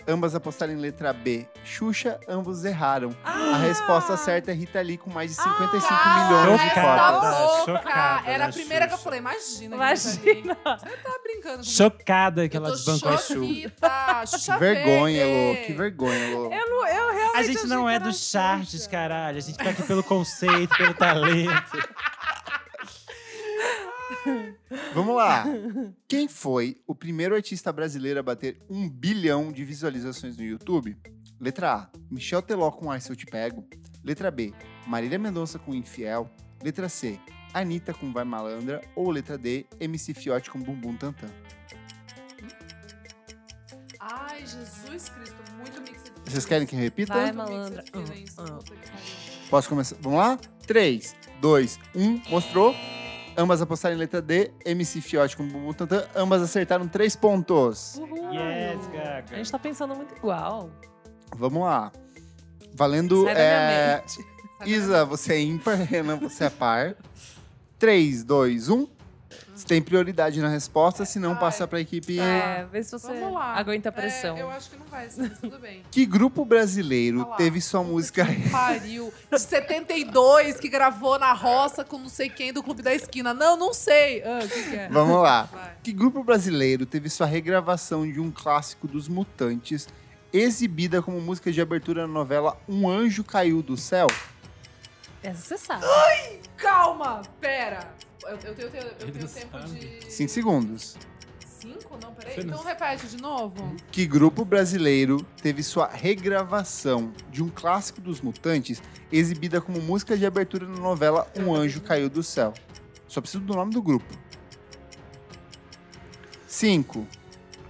Speaker 1: Ambas apostaram em letra B, Xuxa. Ambos erraram. A resposta certa é Rita Lee com mais de 55
Speaker 5: Cala
Speaker 1: milhões de
Speaker 5: essa
Speaker 1: votos.
Speaker 5: boca!
Speaker 2: Chocada,
Speaker 5: Era a
Speaker 2: né,
Speaker 5: primeira que eu
Speaker 2: Xuxa?
Speaker 5: falei, imagina. que eu
Speaker 3: Imagina.
Speaker 5: falei. Tá brincando comigo.
Speaker 2: Chocada que
Speaker 5: Eu
Speaker 2: ela
Speaker 5: tô
Speaker 2: desbancou a Xuxa.
Speaker 5: choquita. Xuxa
Speaker 1: Que vergonha,
Speaker 5: Verde.
Speaker 1: Lô. Que vergonha, Lô.
Speaker 5: Eu, não- eu realmente
Speaker 2: A gente não
Speaker 5: achei
Speaker 2: é
Speaker 5: que era
Speaker 2: dos charts,
Speaker 5: Xuxa.
Speaker 2: caralho. A gente tá aqui pelo conceito, pelo talento.
Speaker 1: Vamos lá. Quem foi o primeiro artista brasileiro a bater um bilhão de visualizações no YouTube? Letra A. Michel Teló com Ai Se Eu Te Pego. Letra B. Marília Mendonça com Infiel. Letra C. Anitta com Vai Malandra. Ou letra D. MC Fiote com Bumbum Tantan.
Speaker 5: Ai, Jesus Cristo, muito mixed feelings.
Speaker 1: Vocês querem que eu repita?
Speaker 3: Vai,
Speaker 5: Muito
Speaker 3: É
Speaker 5: né?
Speaker 3: malandra.
Speaker 5: mixed feelings,
Speaker 3: Ah, ah.
Speaker 5: puta que pariu.
Speaker 1: Posso começar? Vamos lá? 3, 2, 1. Mostrou. Ambas apostaram em letra D. MC Fiote com Bumbum Tantan. Ambas acertaram três pontos.
Speaker 3: Uhul.
Speaker 1: é-
Speaker 2: Yes, Gaga.
Speaker 3: A gente tá pensando muito igual.
Speaker 1: Vamos lá. Valendo.
Speaker 3: Sai da minha
Speaker 1: é,
Speaker 5: Sabe, né?
Speaker 1: Isa, você é ímpar, Renan, você é par. 3, 2, 1. Você tem prioridade na resposta, se não
Speaker 5: Ai.
Speaker 1: passa pra equipe.
Speaker 3: É, vê se você
Speaker 5: Vamos lá.
Speaker 3: aguenta a pressão.
Speaker 5: É, eu acho que não vai, mas tudo bem.
Speaker 1: Que grupo brasileiro
Speaker 5: Ah lá.
Speaker 1: teve sua música.
Speaker 5: Pariu. De 72, que gravou na roça com não sei quem do Clube da Esquina. Não, não sei. Ah, o que, que é?
Speaker 1: Vamos lá.
Speaker 5: Vai.
Speaker 1: Que grupo brasileiro teve sua regravação de um clássico dos Mutantes exibida como música de abertura na novela Um Anjo Caiu do Céu?
Speaker 3: Essa você sabe.
Speaker 5: Calma, pera. Eu, eu tenho, eu tenho- eu
Speaker 2: Ele
Speaker 5: tenho
Speaker 2: não
Speaker 5: tempo
Speaker 2: sabe.
Speaker 5: de...
Speaker 1: 5 segundos.
Speaker 5: Cinco? Não, peraí.
Speaker 2: Você não
Speaker 5: Então repete de novo.
Speaker 1: Que grupo brasileiro teve sua regravação de um clássico dos Mutantes exibida como música de abertura na novela Um Anjo Caiu do Céu? Só preciso do nome do grupo. 5,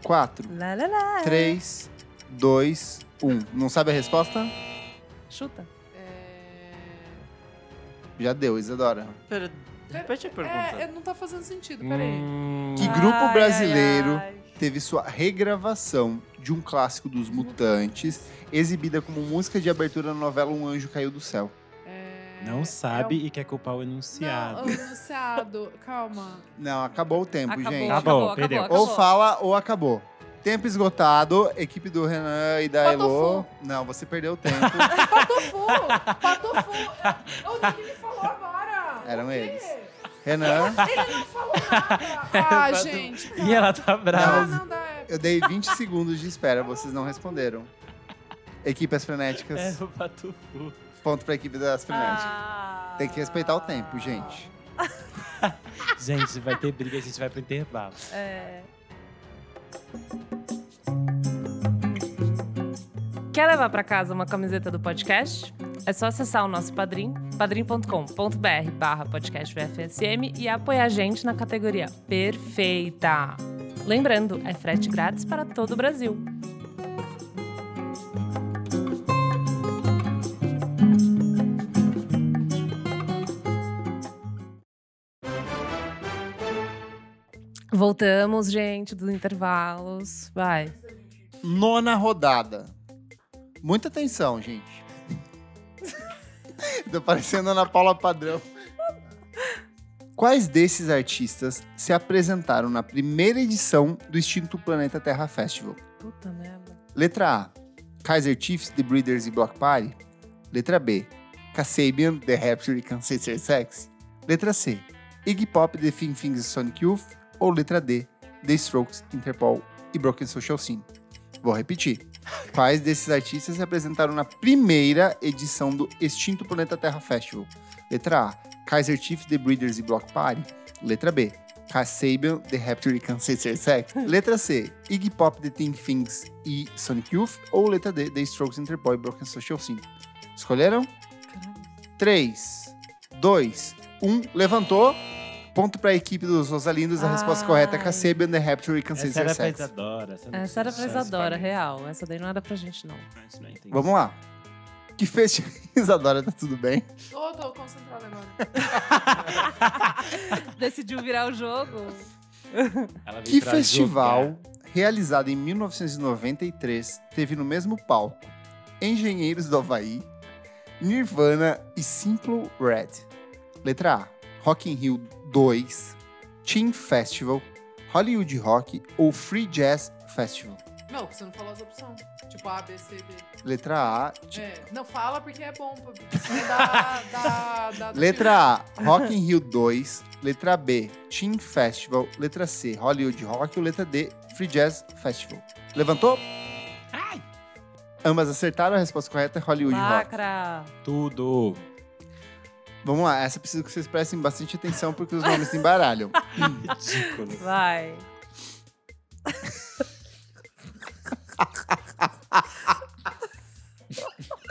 Speaker 1: 4,
Speaker 3: Lá, lá, lá.
Speaker 1: 3, 2, 1. Não sabe a resposta?
Speaker 3: Chuta.
Speaker 5: É,
Speaker 1: Já deu, Isadora.
Speaker 4: Pera, repete a pergunta.
Speaker 5: É, é, não tá fazendo sentido, peraí.
Speaker 2: Hum,
Speaker 1: Que grupo
Speaker 3: Ai, ai,
Speaker 1: brasileiro
Speaker 3: ai.
Speaker 1: teve sua regravação de um clássico dos Mutantes exibida como música de abertura na novela Um Anjo Caiu do Céu?
Speaker 5: É,
Speaker 2: Não sabe e quer culpar o
Speaker 5: Não,
Speaker 2: enunciado.
Speaker 5: o enunciado. Calma.
Speaker 1: Não, acabou o tempo,
Speaker 3: Acabou,
Speaker 1: gente.
Speaker 2: Acabou,
Speaker 3: acabou,
Speaker 2: perdeu.
Speaker 3: acabou,
Speaker 1: Ou fala ou acabou. Tempo esgotado, equipe do Renan e da Elo.
Speaker 5: Patofu.
Speaker 1: Não, você perdeu o tempo.
Speaker 5: É, Patofu! Patofu! O Nick me falou agora!
Speaker 1: Eram
Speaker 5: O quê?
Speaker 1: eles. Renan,
Speaker 5: Ele não falou nada! Ah, gente!
Speaker 2: E ela tá
Speaker 5: Ah,
Speaker 2: brava.
Speaker 5: não dá. é-
Speaker 1: eu dei 20 segundos de espera, vocês não responderam. Equipe As
Speaker 2: É
Speaker 1: Frenéticas,
Speaker 2: o Patufu.
Speaker 1: ponto pra equipe das Frenéticas.
Speaker 3: Ah.
Speaker 1: Tem que respeitar o tempo, gente.
Speaker 2: Gente, vai ter briga, a gente vai pro intervalo.
Speaker 3: É. Quer levar pra casa uma camiseta do podcast? É só acessar o nosso padrim, padrim.com.br barra podcast VFSM e apoiar a gente na categoria Perfeita. Lembrando, é frete grátis para todo o Brasil. Voltamos, gente, dos intervalos. Vai.
Speaker 1: Nona rodada. Muita atenção, gente. Tô parecendo a Ana Paula Padrão. Quais desses artistas se apresentaram na primeira edição do extinto Planeta Terra Festival?
Speaker 3: Puta merda.
Speaker 1: Letra A. Kaiser Chiefs, The Breeders e Block Party. Letra B. Kasabian, The Rapture e Cancer Sex. Letra C. Iggy Pop, The Thing Things e Sonic Youth. Ou letra D. The Strokes, Interpol e Broken Social Scene. Vou repetir. Quais desses artistas se apresentaram na primeira edição do extinto Planeta Terra Festival? Letra A. Kaiser Chiefs, The Breeders e Block Party. Letra B. Kasabian, The Rapture e Cancer Sex. Letra C, Iggy Pop, The Thing Things e Sonic Youth. Ou letra D, The Strokes, Interpol e Broken Social Scene. Escolheram? 3, 2, 1. Levantou. Ponto pra equipe dos Rosalindos. A resposta
Speaker 3: Ai.
Speaker 1: correta é Kasabian, The Rapture e
Speaker 2: Essa era
Speaker 1: Cancer
Speaker 2: pra
Speaker 1: Sex.
Speaker 2: Isadora. Essa, não
Speaker 3: É, Essa era pra
Speaker 2: tem chance
Speaker 3: Isadora,
Speaker 2: mim.
Speaker 3: real. Essa daí não era pra gente, não.
Speaker 2: Mas não entendi.
Speaker 1: Vamos lá. Que festival... Isadora, tá tudo bem?
Speaker 5: Ô, tô concentrada agora.
Speaker 3: Decidiu virar o jogo?
Speaker 2: Ela veio
Speaker 1: Que
Speaker 2: pra
Speaker 1: festival, realizado em 1993, teve no mesmo palco Engenheiros do Havaí, Nirvana e Simple Red? Letra A, Rock in Rio 2, Teen Festival, Hollywood Rock ou Free Jazz Festival?
Speaker 5: Não, você não falou as opções. Tipo A, B, C, D.
Speaker 1: Letra A, ti-
Speaker 5: É, não, fala porque é bom. pra- Porque é da, da, da- do final.
Speaker 1: Letra A, Rock in Rio 2, letra B, Teen Festival, letra C, Hollywood Rock ou letra D, Free Jazz Festival? Levantou? Ambas acertaram, a resposta correta é Hollywood Rock.
Speaker 3: Lacra.
Speaker 2: jogar. Tudo.
Speaker 1: Vamos lá, essa precisa que vocês prestem bastante atenção porque os nomes se embaralham.
Speaker 2: Ridículo.
Speaker 3: Vai.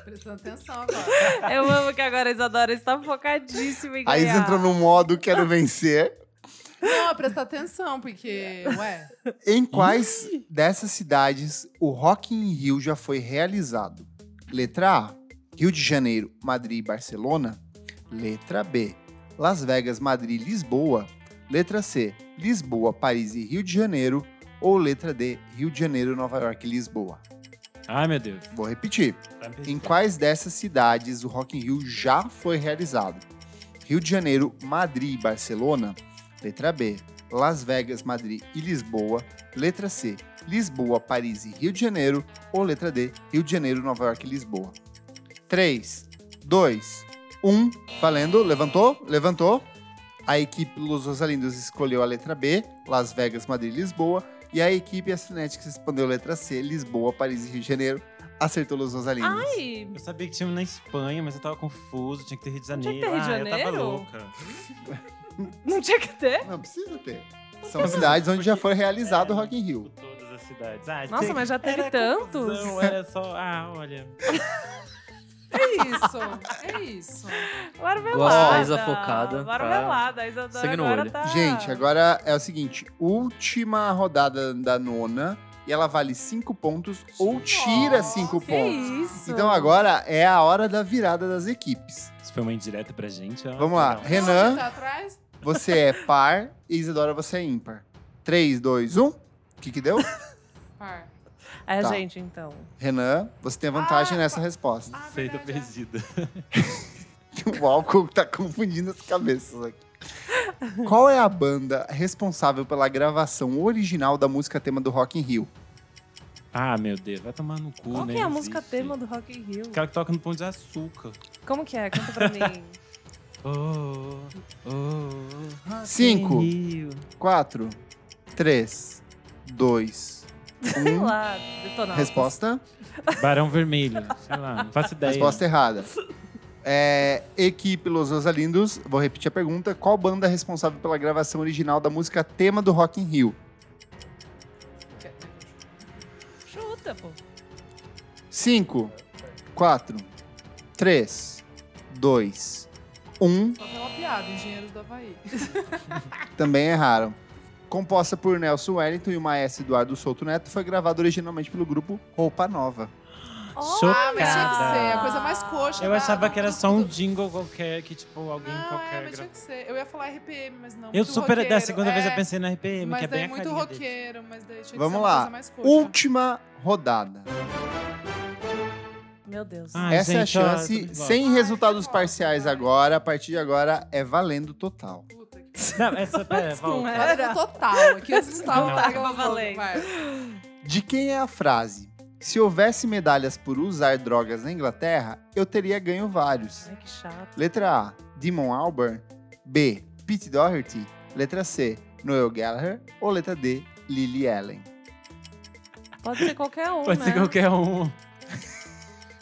Speaker 5: Prestando atenção agora.
Speaker 3: Eu amo que agora a Isadora está focadíssima em ganhar.
Speaker 1: Aí eles entram no modo quero vencer.
Speaker 5: Não, presta atenção, porque, ué,
Speaker 1: Em quais dessas cidades o Rock in Rio já foi realizado? Letra A, Rio de Janeiro, Madrid e Barcelona. Letra B, Las Vegas, Madrid e Lisboa. Letra C, Lisboa, Paris e Rio de Janeiro. Ou letra D, Rio de Janeiro, Nova York e Lisboa.
Speaker 2: Ai, meu Deus.
Speaker 1: Vou repetir.
Speaker 2: Tá me
Speaker 1: Em quais dessas cidades o Rock in Rio já foi realizado? Rio de Janeiro, Madrid e Barcelona? Letra B, Las Vegas, Madrid e Lisboa. Letra C, Lisboa, Paris e Rio de Janeiro. Ou letra D, Rio de Janeiro, Nova York e Lisboa. 3, 2, 1. Valendo. Levantou, levantou. A equipe Los Rosalindos escolheu a letra B, Las Vegas, Madrid e Lisboa. E a equipe Astronautics respondeu letra C, Lisboa, Paris e Rio de Janeiro. Acertou Los Rosalindos.
Speaker 3: Ai,
Speaker 2: Eu sabia que tinha um na Espanha, mas eu tava confuso, tinha que ter Rio de
Speaker 3: Tinha que
Speaker 2: Janeiro.
Speaker 3: ter Rio de
Speaker 2: Ah, eu tava
Speaker 3: Janeiro?
Speaker 2: louca.
Speaker 3: não tinha que ter?
Speaker 1: Não precisa ter. São cidades onde já foi realizado o Rock in Rio.
Speaker 2: Tipo, Todas as cidades. Ah,
Speaker 3: Nossa,
Speaker 2: tem-
Speaker 3: mas já teve
Speaker 2: era
Speaker 3: tantos.
Speaker 2: confusão, Era só, ah, olha.
Speaker 5: É isso, é isso.
Speaker 3: Marmelada.
Speaker 4: Gosto da Isa focada, tá?
Speaker 3: Marmelada. A Isa
Speaker 4: Sangue no
Speaker 3: agora
Speaker 4: olho.
Speaker 3: tá...
Speaker 1: Gente, agora é o seguinte: última rodada da nona e ela vale 5 pontos ou tira 5
Speaker 3: Que
Speaker 1: pontos.
Speaker 3: isso?
Speaker 1: Então agora é a hora da virada das equipes.
Speaker 2: Isso foi uma indireta pra gente? ó.
Speaker 1: Vamos lá,
Speaker 2: Não.
Speaker 1: Renan.
Speaker 5: Onde Tá atrás?
Speaker 1: Você é par e Isadora você é ímpar. 3, 2, 1. O que, que deu?
Speaker 5: Par.
Speaker 3: É,
Speaker 1: Tá.
Speaker 3: gente, então.
Speaker 1: Renan, você tem vantagem
Speaker 5: Ah,
Speaker 1: nessa
Speaker 5: pa-
Speaker 1: resposta.
Speaker 5: Ah,
Speaker 2: Feita
Speaker 5: verdade, é.
Speaker 2: perdida.
Speaker 1: O álcool tá confundindo as cabeças aqui. Qual é a banda responsável pela gravação original da música tema do Rock in Rio?
Speaker 2: Ah, meu Deus, vai tomar no cu,
Speaker 3: Qual
Speaker 2: né?
Speaker 3: que é a
Speaker 2: Não
Speaker 3: música
Speaker 2: existe.
Speaker 3: tema do Rock in Rio?
Speaker 2: Aquela que toca no Pão de Açúcar.
Speaker 3: Como que é? Conta pra mim.
Speaker 2: Oh, oh, Rock in
Speaker 1: Cinco.
Speaker 2: Rio.
Speaker 1: 4, 3, 2,
Speaker 3: Sei
Speaker 1: 1.
Speaker 3: lá, detonautas.
Speaker 1: Resposta?
Speaker 2: Barão Vermelho, sei lá, não faço ideia.
Speaker 1: Resposta errada. É, equipe Los Rosalindos, vou repetir a pergunta. Qual banda é responsável pela gravação original da música tema do Rock in Rio?
Speaker 3: Chuta, pô.
Speaker 1: 5, 4, 3, 2, 1.
Speaker 5: Só pela piada, Engenheiros do Havaí.
Speaker 1: Também erraram. Composta por Nelson Wellington e o maestro Eduardo Souto Neto, foi gravada originalmente pelo grupo Roupa Nova. é
Speaker 5: Ah, mas tinha que
Speaker 2: Chocada.
Speaker 5: ser. A coisa mais coxa.
Speaker 2: Eu
Speaker 5: da-
Speaker 2: achava que era
Speaker 5: do-
Speaker 2: só
Speaker 5: do-
Speaker 2: um jingle qualquer, que tipo, alguém
Speaker 5: Não, é,
Speaker 2: qualquer...
Speaker 5: mas tinha
Speaker 2: gravou.
Speaker 5: que ser. Eu ia falar RPM, mas não.
Speaker 2: Eu
Speaker 5: muito
Speaker 2: super, da
Speaker 5: roqueiro.
Speaker 2: segunda vez eu
Speaker 5: É,
Speaker 2: pensei na RPM,
Speaker 5: Mas
Speaker 2: que é
Speaker 5: daí
Speaker 2: bem a
Speaker 5: muito
Speaker 2: carinha deles.
Speaker 5: roqueiro, mas daí tinha que
Speaker 1: Vamos
Speaker 5: ser
Speaker 1: lá. Um
Speaker 5: uma coisa mais coxa.
Speaker 1: Última rodada.
Speaker 3: Meu Deus.
Speaker 2: Ah,
Speaker 1: Essa é a
Speaker 2: gente, ó,
Speaker 1: chance.
Speaker 2: tudo de volta.
Speaker 1: Sem
Speaker 5: Ai,
Speaker 1: resultados
Speaker 5: que bom.
Speaker 1: parciais agora, a partir de agora é valendo total.
Speaker 5: Puta que
Speaker 2: Não, essa pera, volta.
Speaker 3: é.
Speaker 5: Olha, no total. Aqui os Gustavo
Speaker 2: Não.
Speaker 5: tá
Speaker 3: Tava valendo.
Speaker 5: Vai.
Speaker 1: De quem é a frase? Se houvesse medalhas por usar drogas na Inglaterra, eu teria ganho vários.
Speaker 3: Ai, que chato.
Speaker 1: Letra A, Damon Albarn. B, Pete Doherty. Letra C, Noel Gallagher. Ou letra D, Lily Allen.
Speaker 3: Pode ser qualquer um,
Speaker 2: Pode
Speaker 3: né?
Speaker 2: ser qualquer um.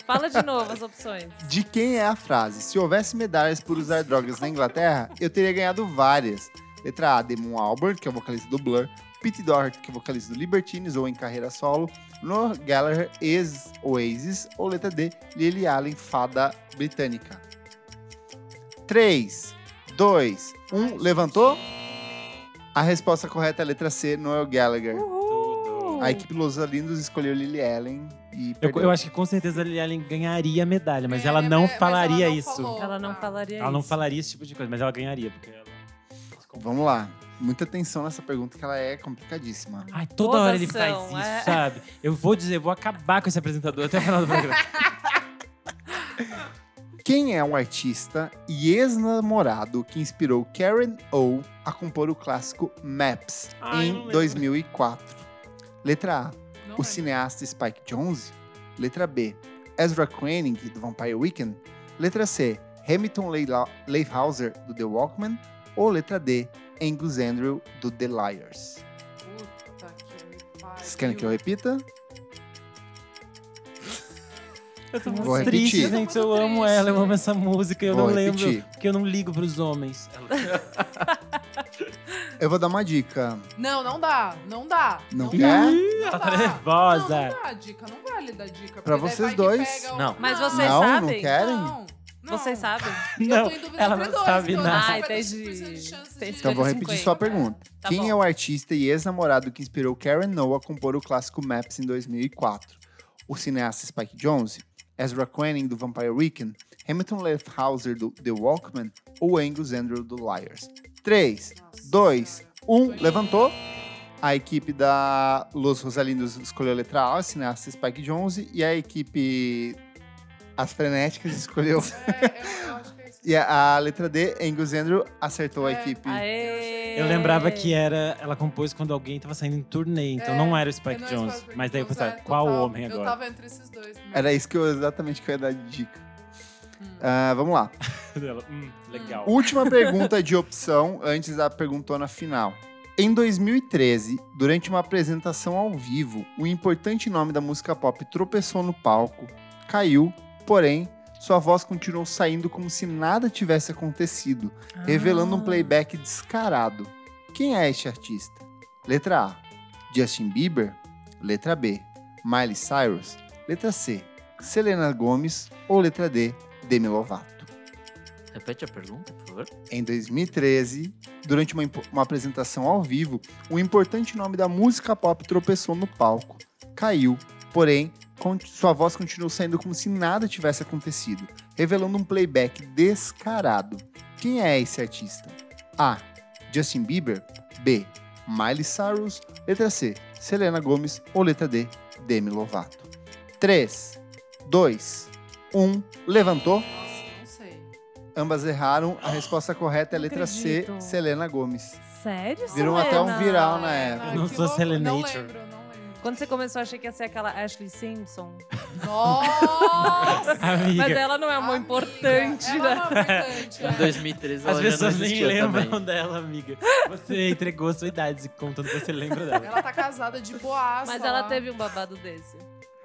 Speaker 3: Fala de novo as opções.
Speaker 1: De quem é a frase? Se houvesse medalhas por usar drogas na Inglaterra, eu teria ganhado várias. Letra A, Damon Albarn, que é o vocalista do Blur. Pete Doherty, que é o vocalista do Libertines ou em carreira solo. Noel Gallagher, ex-Oasis. Ou letra D, Lily Allen, fada britânica. 3, 2, 1. Levantou? A resposta correta é a letra C, Noel Gallagher.
Speaker 3: Uhul.
Speaker 1: A equipe Los Alindos escolheu Lily Allen e
Speaker 2: Eu,
Speaker 1: perdeu.
Speaker 2: eu acho que com certeza a Lily Allen ganharia a medalha, mas
Speaker 5: É,
Speaker 2: ela não
Speaker 5: mas ela
Speaker 2: falaria
Speaker 5: não
Speaker 2: isso.
Speaker 5: falou.
Speaker 3: Ela não falaria
Speaker 2: Ela não
Speaker 3: É isso.
Speaker 2: falaria esse tipo de coisa, mas ela ganharia, porque ela.
Speaker 1: Vamos lá. Muita atenção nessa pergunta que ela é complicadíssima.
Speaker 2: Ai, toda
Speaker 3: Todas
Speaker 2: hora ele faz
Speaker 3: são,
Speaker 2: isso,
Speaker 3: é.
Speaker 2: sabe? Eu vou dizer, vou acabar com esse apresentador até o final do programa.
Speaker 1: Quem é um artista e ex-namorado que inspirou Karen O a compor o clássico Maps
Speaker 2: Ai, eu não
Speaker 1: em
Speaker 2: lembro.
Speaker 1: 2004? Letra A,
Speaker 5: Não
Speaker 1: o
Speaker 5: é.
Speaker 1: cineasta Spike Jonze? Letra B, Ezra Koenig do Vampire Weekend? Letra C, Hamilton Leila- Leifhauser do The Walkman? Ou letra D, Angus Andrew do The Liars?
Speaker 5: Puta que me pariu.
Speaker 1: Vocês querem que eu repita?
Speaker 2: Eu tô
Speaker 1: Vou
Speaker 2: muito
Speaker 1: repetir.
Speaker 2: triste,
Speaker 1: Eu tô
Speaker 2: gente.
Speaker 5: muito
Speaker 2: Eu amo
Speaker 5: triste.
Speaker 2: ela, eu amo essa música, eu
Speaker 1: Vou
Speaker 2: não
Speaker 1: repetir.
Speaker 2: lembro. Porque eu não ligo pros homens.
Speaker 1: Eu vou dar uma dica.
Speaker 5: Não, não dá. Não dá.
Speaker 1: Não
Speaker 5: dá.
Speaker 1: quer?
Speaker 5: Não
Speaker 2: Ela
Speaker 5: dá.
Speaker 2: tá
Speaker 5: Não,
Speaker 2: nervosa.
Speaker 5: não dá a dica. Não vale dar dica. porque
Speaker 1: Pra
Speaker 5: daí
Speaker 1: vocês
Speaker 5: vai que
Speaker 1: dois.
Speaker 5: pega o-
Speaker 4: Não.
Speaker 3: Mas vocês
Speaker 1: não, não
Speaker 3: sabem?
Speaker 1: querem?
Speaker 5: Não, não.
Speaker 3: Vocês sabem?
Speaker 5: Eu
Speaker 2: Não,
Speaker 5: tô em dúvida
Speaker 2: ela
Speaker 5: entre
Speaker 2: não
Speaker 5: dois,
Speaker 2: sabe
Speaker 5: então,
Speaker 2: nada.
Speaker 3: Ah,
Speaker 5: 50% de
Speaker 3: entendi.
Speaker 5: chance
Speaker 3: Tem
Speaker 5: de-
Speaker 1: Então vou repetir só a
Speaker 3: 50.
Speaker 1: pergunta.
Speaker 3: Tá
Speaker 1: Quem
Speaker 3: bom.
Speaker 1: é o artista e ex-namorado que inspirou Karen Noah a compor o clássico Maps em 2004? O cineasta Spike Jonze, Ezra Koenig do Vampire Weekend, Hamilton Lefthauser do The Walkman ou Angus Andrew do Liars? 3,
Speaker 5: Nossa
Speaker 1: 2,
Speaker 5: Senhora.
Speaker 1: 1, levantou. A equipe da Los Rosalindos escolheu a letra A, o cineasta Spike Jonze, e a equipe As Frenéticas escolheu.
Speaker 5: É, eu, eu acho que é isso.
Speaker 1: E a, a letra D, Angus Andrew, acertou a
Speaker 5: É.
Speaker 1: equipe.
Speaker 3: Aê!
Speaker 2: Eu lembrava que era. Ela compôs quando alguém tava saindo em turnê, então
Speaker 5: É,
Speaker 2: não era o Spike
Speaker 5: Spike
Speaker 2: Jones.
Speaker 5: Jonze.
Speaker 2: mas daí eu pensava,
Speaker 5: é,
Speaker 2: qual
Speaker 5: total.
Speaker 2: homem
Speaker 5: Eu
Speaker 2: agora?
Speaker 5: tava entre esses dois. né?
Speaker 1: Era isso que eu exatamente que eu ia dar de dica. Ah, vamos lá.
Speaker 2: Ela, hum, legal.
Speaker 1: Última pergunta de opção antes da perguntona final. Em 2013, durante uma apresentação ao vivo, o importante nome da música pop tropeçou no palco, caiu, porém, sua voz continuou saindo como se nada tivesse acontecido, revelando um playback descarado. Quem é este artista? Letra A: Justin Bieber. Letra B: Miley Cyrus. Letra C: Selena Gomes. Ou letra D: Demi Lovato.
Speaker 4: Repete a pergunta, por favor.
Speaker 1: Em 2013, durante uma, impo- uma apresentação ao vivo, um importante nome da música pop tropeçou no palco, caiu, porém, con- sua voz continuou saindo como se nada tivesse acontecido, revelando um playback descarado. Quem é esse artista? A. Justin Bieber. B. Miley Cyrus. Letra C. Selena Gomes. Ou letra D. Demi Lovato. 3, 2, 1. Levantou.
Speaker 5: Nossa, não sei.
Speaker 1: Ambas erraram. A resposta correta é a
Speaker 3: Não
Speaker 1: letra
Speaker 3: acredito.
Speaker 1: C, Selena Gomes.
Speaker 3: Sério,
Speaker 1: Virou
Speaker 3: Selena?
Speaker 1: até um viral na época.
Speaker 5: Ah,
Speaker 2: Eu não
Speaker 5: que
Speaker 2: sou
Speaker 5: louco.
Speaker 2: Selena
Speaker 5: Não
Speaker 2: Nature.
Speaker 5: lembro, não lembro.
Speaker 3: Quando você começou, eu achei que ia ser aquela Ashley Simpson.
Speaker 5: Nossa!
Speaker 2: Amiga,
Speaker 3: Mas ela não é uma
Speaker 5: Amiga,
Speaker 3: importante,
Speaker 5: ela é
Speaker 3: né?
Speaker 5: uma importante,
Speaker 4: Em
Speaker 5: é.
Speaker 4: 2013
Speaker 2: as
Speaker 4: ela já não
Speaker 2: pessoas nem
Speaker 4: existia
Speaker 2: lembram
Speaker 4: também.
Speaker 2: dela, amiga. Você entregou a sua idade contando que você lembra dela.
Speaker 5: Ela tá casada de boaça.
Speaker 3: Mas ela
Speaker 5: lá.
Speaker 3: teve um babado desse.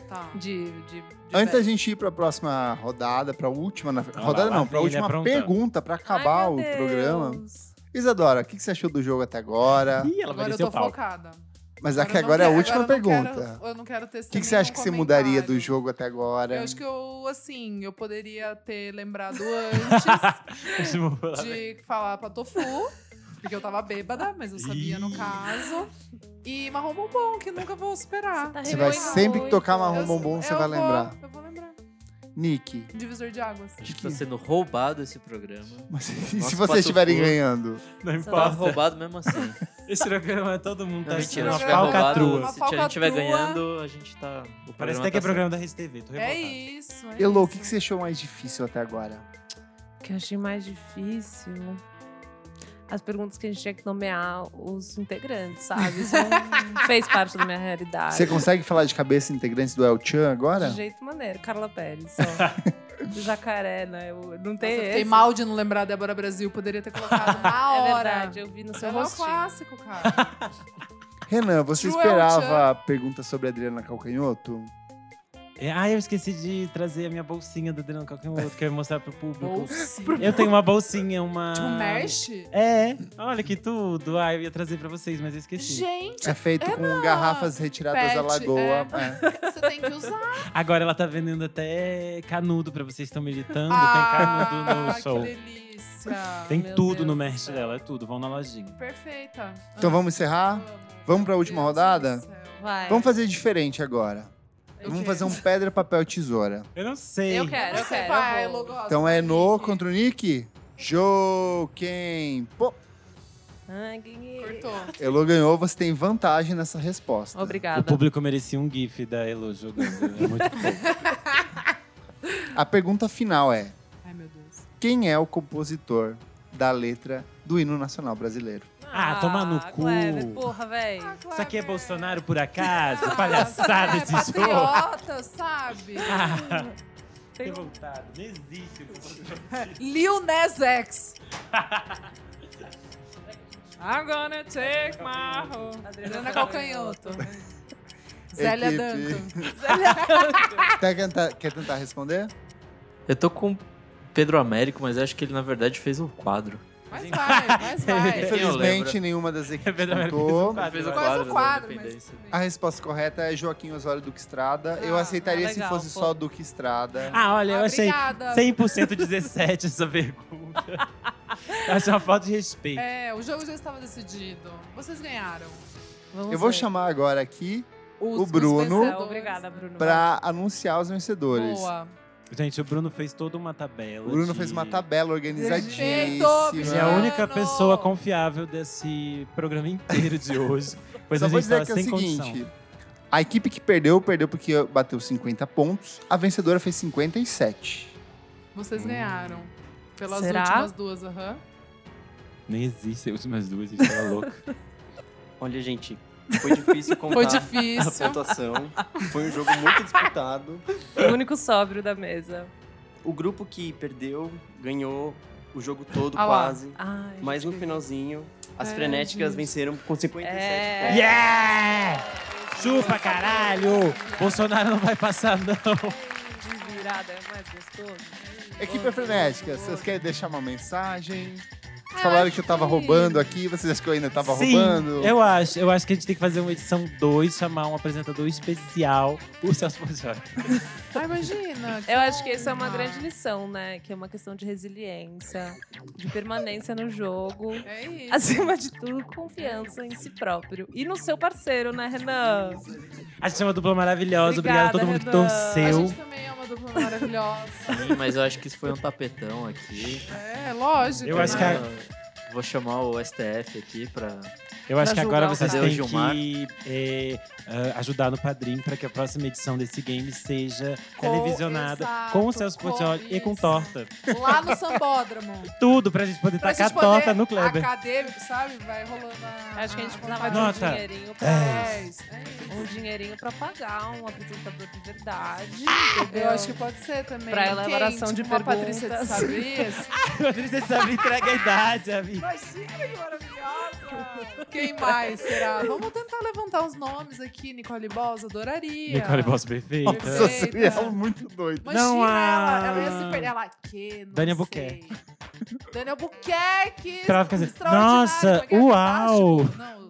Speaker 5: Tá.
Speaker 3: De. de, de
Speaker 1: Antes da
Speaker 3: velho.
Speaker 1: gente ir para a próxima rodada, para a última, na...
Speaker 2: lá,
Speaker 1: rodada
Speaker 2: lá
Speaker 1: não, para a
Speaker 2: vem ele
Speaker 1: última
Speaker 2: aprontando.
Speaker 1: pergunta para
Speaker 3: Ai,
Speaker 1: acabar
Speaker 3: meu
Speaker 1: o
Speaker 3: Deus.
Speaker 1: programa. Isadora, o que que você achou do jogo até agora?
Speaker 2: Ih, ela
Speaker 5: Agora eu
Speaker 2: mereceu
Speaker 5: tô
Speaker 2: o pau.
Speaker 5: focada.
Speaker 1: Mas aqui
Speaker 5: eu não
Speaker 1: agora é a
Speaker 5: quero-
Speaker 1: última
Speaker 5: agora eu não
Speaker 1: pergunta.
Speaker 5: quero- eu não quero ter
Speaker 1: O que, que você acha que você mudaria do jogo até
Speaker 5: Eu
Speaker 1: agora?
Speaker 5: acho que eu, assim, eu poderia ter lembrado antes
Speaker 2: Deixa eu falar.
Speaker 5: de falar pra Tofu, porque eu tava bêbada, mas eu sabia no
Speaker 2: Ih.
Speaker 5: caso. E marrom bombom, que nunca vou superar.
Speaker 3: Tá
Speaker 1: Você vai
Speaker 3: remoendo
Speaker 1: sempre que tocar
Speaker 3: muito.
Speaker 1: marrom
Speaker 5: Eu-
Speaker 1: bombom, você
Speaker 5: eu
Speaker 1: vai
Speaker 5: vou-
Speaker 1: lembrar.
Speaker 5: Eu vou lembrar.
Speaker 1: Nick,
Speaker 5: Divisor de águas.
Speaker 4: Acho que tá sendo roubado esse programa.
Speaker 1: mas e se
Speaker 4: Nossa,
Speaker 1: vocês
Speaker 4: passou
Speaker 1: estiverem
Speaker 4: por-
Speaker 1: ganhando?
Speaker 2: Não
Speaker 3: Só
Speaker 4: Tá
Speaker 2: importa.
Speaker 4: roubado mesmo assim.
Speaker 2: Esse programa é todo mundo
Speaker 4: Não,
Speaker 2: tá
Speaker 4: mentira,
Speaker 2: sentindo
Speaker 4: não
Speaker 2: uma
Speaker 4: tiver roubado.
Speaker 5: Uma
Speaker 2: falcatrua.
Speaker 4: Se a gente tiver
Speaker 5: falcatrua.
Speaker 4: ganhando, a gente tá. O
Speaker 2: Parece
Speaker 4: programa
Speaker 2: até que é
Speaker 4: tá
Speaker 2: programa da RedeTV, tô
Speaker 5: É
Speaker 2: revoltado.
Speaker 5: isso. É
Speaker 1: Elô, o que,
Speaker 5: isso.
Speaker 1: que você achou mais difícil até agora?
Speaker 3: O que eu achei mais difícil. As perguntas que a gente tinha que nomear os integrantes, sabe? Isso não fez parte da minha
Speaker 5: Ah,
Speaker 3: realidade.
Speaker 1: Você consegue falar de cabeça integrantes do El Chan agora?
Speaker 3: De jeito maneiro. Carla Pérez, só. Jacaré, né? Eu- não
Speaker 5: Nossa,
Speaker 3: tem
Speaker 5: eu
Speaker 3: esse.
Speaker 5: fiquei mal de não lembrar a Débora Brasil. Poderia ter colocado na
Speaker 3: É
Speaker 5: hora.
Speaker 3: verdade, eu vi no seu
Speaker 5: Ela é um
Speaker 3: rostinho.
Speaker 5: clássico, cara.
Speaker 1: Certo. Renan, você
Speaker 5: True El
Speaker 1: esperava a pergunta sobre a Adriana Calcanhoto?
Speaker 2: É, ah, eu esqueci de trazer a minha bolsinha do Adriano Calcanhoto que eu ia mostrar pro público.
Speaker 5: Bolsinha.
Speaker 2: Eu tenho uma bolsinha, uma.
Speaker 5: Tipo, merch?
Speaker 2: É, olha que tudo. Ah, eu ia trazer pra vocês, mas eu esqueci.
Speaker 5: Gente,
Speaker 1: É feito com garrafas retiradas
Speaker 5: Pet,
Speaker 1: da lagoa.
Speaker 5: é.
Speaker 1: é.
Speaker 5: você tem que usar.
Speaker 2: Agora ela tá vendendo até canudo pra vocês que estão militando. tem canudo
Speaker 5: Ah,
Speaker 2: no Soul.
Speaker 5: que delícia.
Speaker 2: Tem
Speaker 3: Meu
Speaker 2: tudo
Speaker 3: Deus
Speaker 2: no
Speaker 3: do
Speaker 2: merch
Speaker 3: céu.
Speaker 2: dela, é tudo. Vão na lojinha.
Speaker 5: Perfeita.
Speaker 1: Então vamos encerrar? Vamos pra última rodada?
Speaker 3: Vai.
Speaker 1: Vamos fazer diferente agora. Vamos fazer um pedra, papel, tesoura.
Speaker 2: Eu não sei.
Speaker 3: Eu quero, eu
Speaker 5: Você
Speaker 3: quero.
Speaker 5: vai,
Speaker 3: eu vou.
Speaker 5: Elô, gosta.
Speaker 1: Então é no contra o Nick. Jô, quem? Pô,
Speaker 3: Ai, ganhei.
Speaker 5: Cortou.
Speaker 1: Elo ganhou, você tem vantagem nessa resposta.
Speaker 2: O
Speaker 3: Obrigada.
Speaker 2: público merecia um gif da Elo jogando. É muito fofo.
Speaker 1: A pergunta final é:
Speaker 5: Ai, meu Deus.
Speaker 1: quem é o compositor da letra do hino nacional brasileiro?
Speaker 2: Ah, toma no cu.
Speaker 3: Kleber, porra, véi.
Speaker 2: Isso aqui é Bolsonaro por acaso? Palhaçada
Speaker 5: Ah, né? é,
Speaker 2: esse jogo.
Speaker 5: patriota, sabe?
Speaker 3: Tem- um-
Speaker 2: Revoltado, não existe.
Speaker 1: tá
Speaker 5: Lil Nas X.
Speaker 3: I'm gonna take my home.
Speaker 5: Adriana Calcanhoto. Zélia
Speaker 1: Equipe.
Speaker 5: Duncan.
Speaker 1: Quer tentar, quer tentar responder?
Speaker 4: Eu tô com o Pedro Américo, mas acho que ele na verdade fez o quadro.
Speaker 5: Mas vai, mas vai.
Speaker 4: Eu
Speaker 1: Infelizmente,
Speaker 4: lembro.
Speaker 1: nenhuma das
Speaker 2: É
Speaker 1: equipes
Speaker 2: verdade,
Speaker 1: contou.
Speaker 2: fez um
Speaker 4: Fez o
Speaker 2: quadro.
Speaker 5: Quase o
Speaker 4: da
Speaker 5: quadro, mas
Speaker 4: Independência.
Speaker 5: tudo bem.
Speaker 1: A resposta correta é Joaquim Osório Duque Estrada. Eu
Speaker 5: Ah,
Speaker 1: aceitaria se
Speaker 3: legal,
Speaker 1: fosse
Speaker 3: pô.
Speaker 1: só Duque Estrada.
Speaker 2: Ah, olha, eu
Speaker 5: Ah,
Speaker 2: achei
Speaker 5: Obrigada.
Speaker 2: 100% 17 essa pergunta. Eu achei uma falta de respeito.
Speaker 5: É, o jogo já estava decidido. Vocês ganharam.
Speaker 3: Vamos
Speaker 1: Eu vou
Speaker 3: ver.
Speaker 1: chamar agora aqui
Speaker 5: Os-
Speaker 1: O
Speaker 5: os
Speaker 1: Bruno-
Speaker 5: vencedores.
Speaker 3: É, Obrigada, Bruno.
Speaker 1: pra anunciar os vencedores.
Speaker 5: Boa.
Speaker 2: Gente, o Bruno fez toda uma tabela.
Speaker 1: O Bruno
Speaker 2: de-
Speaker 1: fez uma tabela organizadíssima.
Speaker 5: Perfeito,
Speaker 2: Ele é a
Speaker 5: Mano!
Speaker 2: única pessoa confiável desse programa inteiro de hoje. Pois
Speaker 1: Só
Speaker 2: a
Speaker 1: vou
Speaker 2: gente
Speaker 1: dizer
Speaker 2: tava
Speaker 1: que é o
Speaker 2: sem
Speaker 1: seguinte:
Speaker 2: condição.
Speaker 1: a equipe que perdeu, perdeu porque bateu 50 pontos. A vencedora fez 57.
Speaker 5: Vocês ganharam. Pelas
Speaker 3: Será?
Speaker 5: últimas duas, aham.
Speaker 2: Nem existe, eu uso mais duas, isso é louco.
Speaker 6: Olha, gente, foi difícil contar
Speaker 5: Foi
Speaker 6: a
Speaker 5: difícil.
Speaker 6: pontuação. Foi um jogo muito disputado.
Speaker 3: O único sóbrio da mesa.
Speaker 6: O grupo que perdeu ganhou o jogo todo,
Speaker 5: Ah lá.
Speaker 6: quase.
Speaker 3: Ai,
Speaker 6: Mas no finalzinho, as
Speaker 5: É,
Speaker 6: frenéticas
Speaker 5: gente.
Speaker 6: venceram com 57
Speaker 3: É.
Speaker 6: pontos.
Speaker 2: Yeah! Chupa, caralho! Bolsonaro não vai passar, não.
Speaker 3: de virada é mais gostoso.
Speaker 1: Equipe Frenética, vocês querem deixar uma mensagem? Falaram que eu tava roubando aqui, vocês acham que eu ainda tava
Speaker 2: Sim, é
Speaker 1: roubando?
Speaker 2: Eu acho. Eu acho que a gente tem que fazer uma edição 2, chamar um apresentador especial, o Celso Portioli.
Speaker 5: Ah, imagina.
Speaker 3: Eu acho que isso é
Speaker 1: Ah.
Speaker 3: uma
Speaker 5: calma.
Speaker 3: grande lição, né? Que é uma questão de resiliência, de permanência no jogo.
Speaker 5: É isso.
Speaker 3: Acima de tudo, confiança em si próprio. E no seu parceiro, né, Renan?
Speaker 2: A gente é uma dupla maravilhosa. Obrigado a todo mundo que
Speaker 3: Obrigada,
Speaker 5: A
Speaker 2: torceu.
Speaker 5: gente também é uma dupla maravilhosa.
Speaker 4: Sim, mas eu acho que isso foi um tapetão aqui.
Speaker 5: É, lógico.
Speaker 2: Eu acho que
Speaker 5: né?
Speaker 2: a-
Speaker 4: Ah, Vou chamar o STF aqui pra.
Speaker 2: Eu acho
Speaker 3: Pra
Speaker 2: que agora
Speaker 3: julgar o
Speaker 2: vocês
Speaker 4: Cadê o
Speaker 2: têm
Speaker 4: Gilmar?
Speaker 2: que é, ah, ajudar no Padrim para que a próxima edição desse game seja
Speaker 5: Com-
Speaker 2: televisionada com o
Speaker 5: exato,
Speaker 2: Celso
Speaker 5: com
Speaker 2: Portioli e com
Speaker 5: isso.
Speaker 2: torta.
Speaker 5: Lá no Sambódromo.
Speaker 2: Tudo pra gente poder
Speaker 5: Pra
Speaker 2: tacar
Speaker 5: gente poder
Speaker 2: torta Tá no Kleber.
Speaker 5: acadêmico, sabe? Vai rolando a...
Speaker 3: Acho que a gente precisava
Speaker 5: vontade.
Speaker 3: de um
Speaker 2: Nota.
Speaker 3: dinheirinho pra.
Speaker 5: É isso, é
Speaker 3: Um dinheirinho pra pagar um apresentador de verdade.
Speaker 5: isso.
Speaker 3: entendeu?
Speaker 5: Eu acho que pode ser também.
Speaker 3: Pra
Speaker 5: Ok,
Speaker 3: elaboração de
Speaker 5: tipo uma Patrícia de Sabias.
Speaker 3: perguntas.
Speaker 2: Patrícia sabe entrega a idade, amiga.
Speaker 5: Imagina que maravilhosa! Quem mais será? Vamos tentar levantar uns nomes aqui. Nicole Boss, adoraria.
Speaker 2: Nicole Boss perfeita.
Speaker 1: Nossa,
Speaker 5: Perfeita.
Speaker 1: seria muito doido.
Speaker 5: Imagina
Speaker 2: Não, ah. a-
Speaker 5: ela, ela ia se perder. Ela, que? Não
Speaker 2: Dani
Speaker 5: sei.
Speaker 2: Albuquerque.
Speaker 5: Dani Albuquerque!
Speaker 2: Pra ela ficar assim,
Speaker 5: extraordinário,
Speaker 2: nossa,
Speaker 5: uma guerra
Speaker 2: uau.
Speaker 5: fantástica. Não,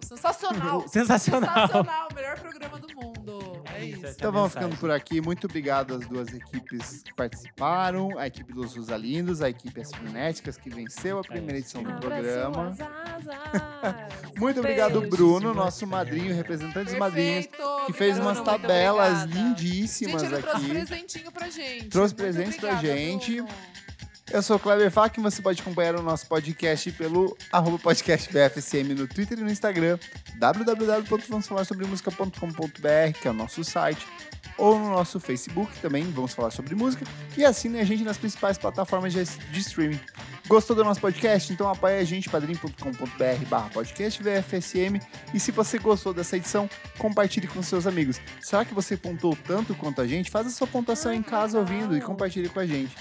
Speaker 5: sensacional!
Speaker 2: Sensacional.
Speaker 5: Sensacional, melhor programa do mundo. É
Speaker 2: isso,
Speaker 5: isso.
Speaker 2: essa
Speaker 1: Então vamos
Speaker 2: mensagem.
Speaker 1: ficando por aqui. Muito obrigado às duas equipes que participaram, a equipe dos Rosalindos, a equipe As Frenéticas, que venceu a primeira edição
Speaker 5: Ah,
Speaker 1: do
Speaker 3: Abra
Speaker 1: programa.
Speaker 3: suas asas.
Speaker 1: Muito obrigado,
Speaker 3: Um Beijo.
Speaker 1: Bruno, nosso madrinho, representante dos madrinhos,
Speaker 5: Perfeito,
Speaker 1: tipo que fez
Speaker 5: obrigada,
Speaker 1: umas
Speaker 3: Bruno,
Speaker 5: Bruno.
Speaker 3: muito
Speaker 1: tabelas
Speaker 3: obrigada.
Speaker 1: lindíssimas
Speaker 5: Gente, ele trouxe
Speaker 1: aqui.
Speaker 5: presentinho pra gente.
Speaker 1: Trouxe
Speaker 5: Muito
Speaker 1: presentes pra
Speaker 5: obrigada,
Speaker 1: gente.
Speaker 5: Bruno.
Speaker 1: Eu sou o Kleber Fak, você pode acompanhar o nosso podcast pelo arroba podcast BFSM no Twitter e no Instagram, www.vamosfalarsobremusica.com.br, que é o nosso site, ou no nosso Facebook também, Vamos Falar Sobre Música, e assine a gente nas principais plataformas de, de streaming. Gostou do nosso podcast? Então apoie a gente, padrim.com.br barra podcast VFSM, e se você gostou dessa edição, compartilhe com seus amigos. Será que você pontuou tanto quanto a gente? Faz a sua pontuação em casa ouvindo e compartilhe com a gente.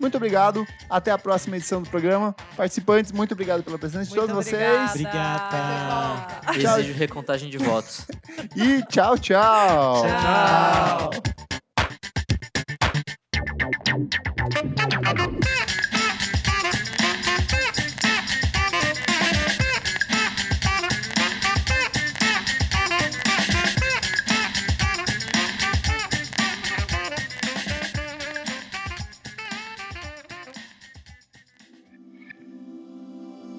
Speaker 1: Muito obrigado. Até a próxima edição do programa. Participantes, muito obrigado pela presença de
Speaker 3: Muito
Speaker 1: todos
Speaker 3: obrigada.
Speaker 1: vocês.
Speaker 3: tá,
Speaker 2: Obrigada.
Speaker 5: Volta.
Speaker 1: Tchau.
Speaker 4: Exijo recontagem de votos.
Speaker 1: E tchau, tchau.
Speaker 3: Tchau.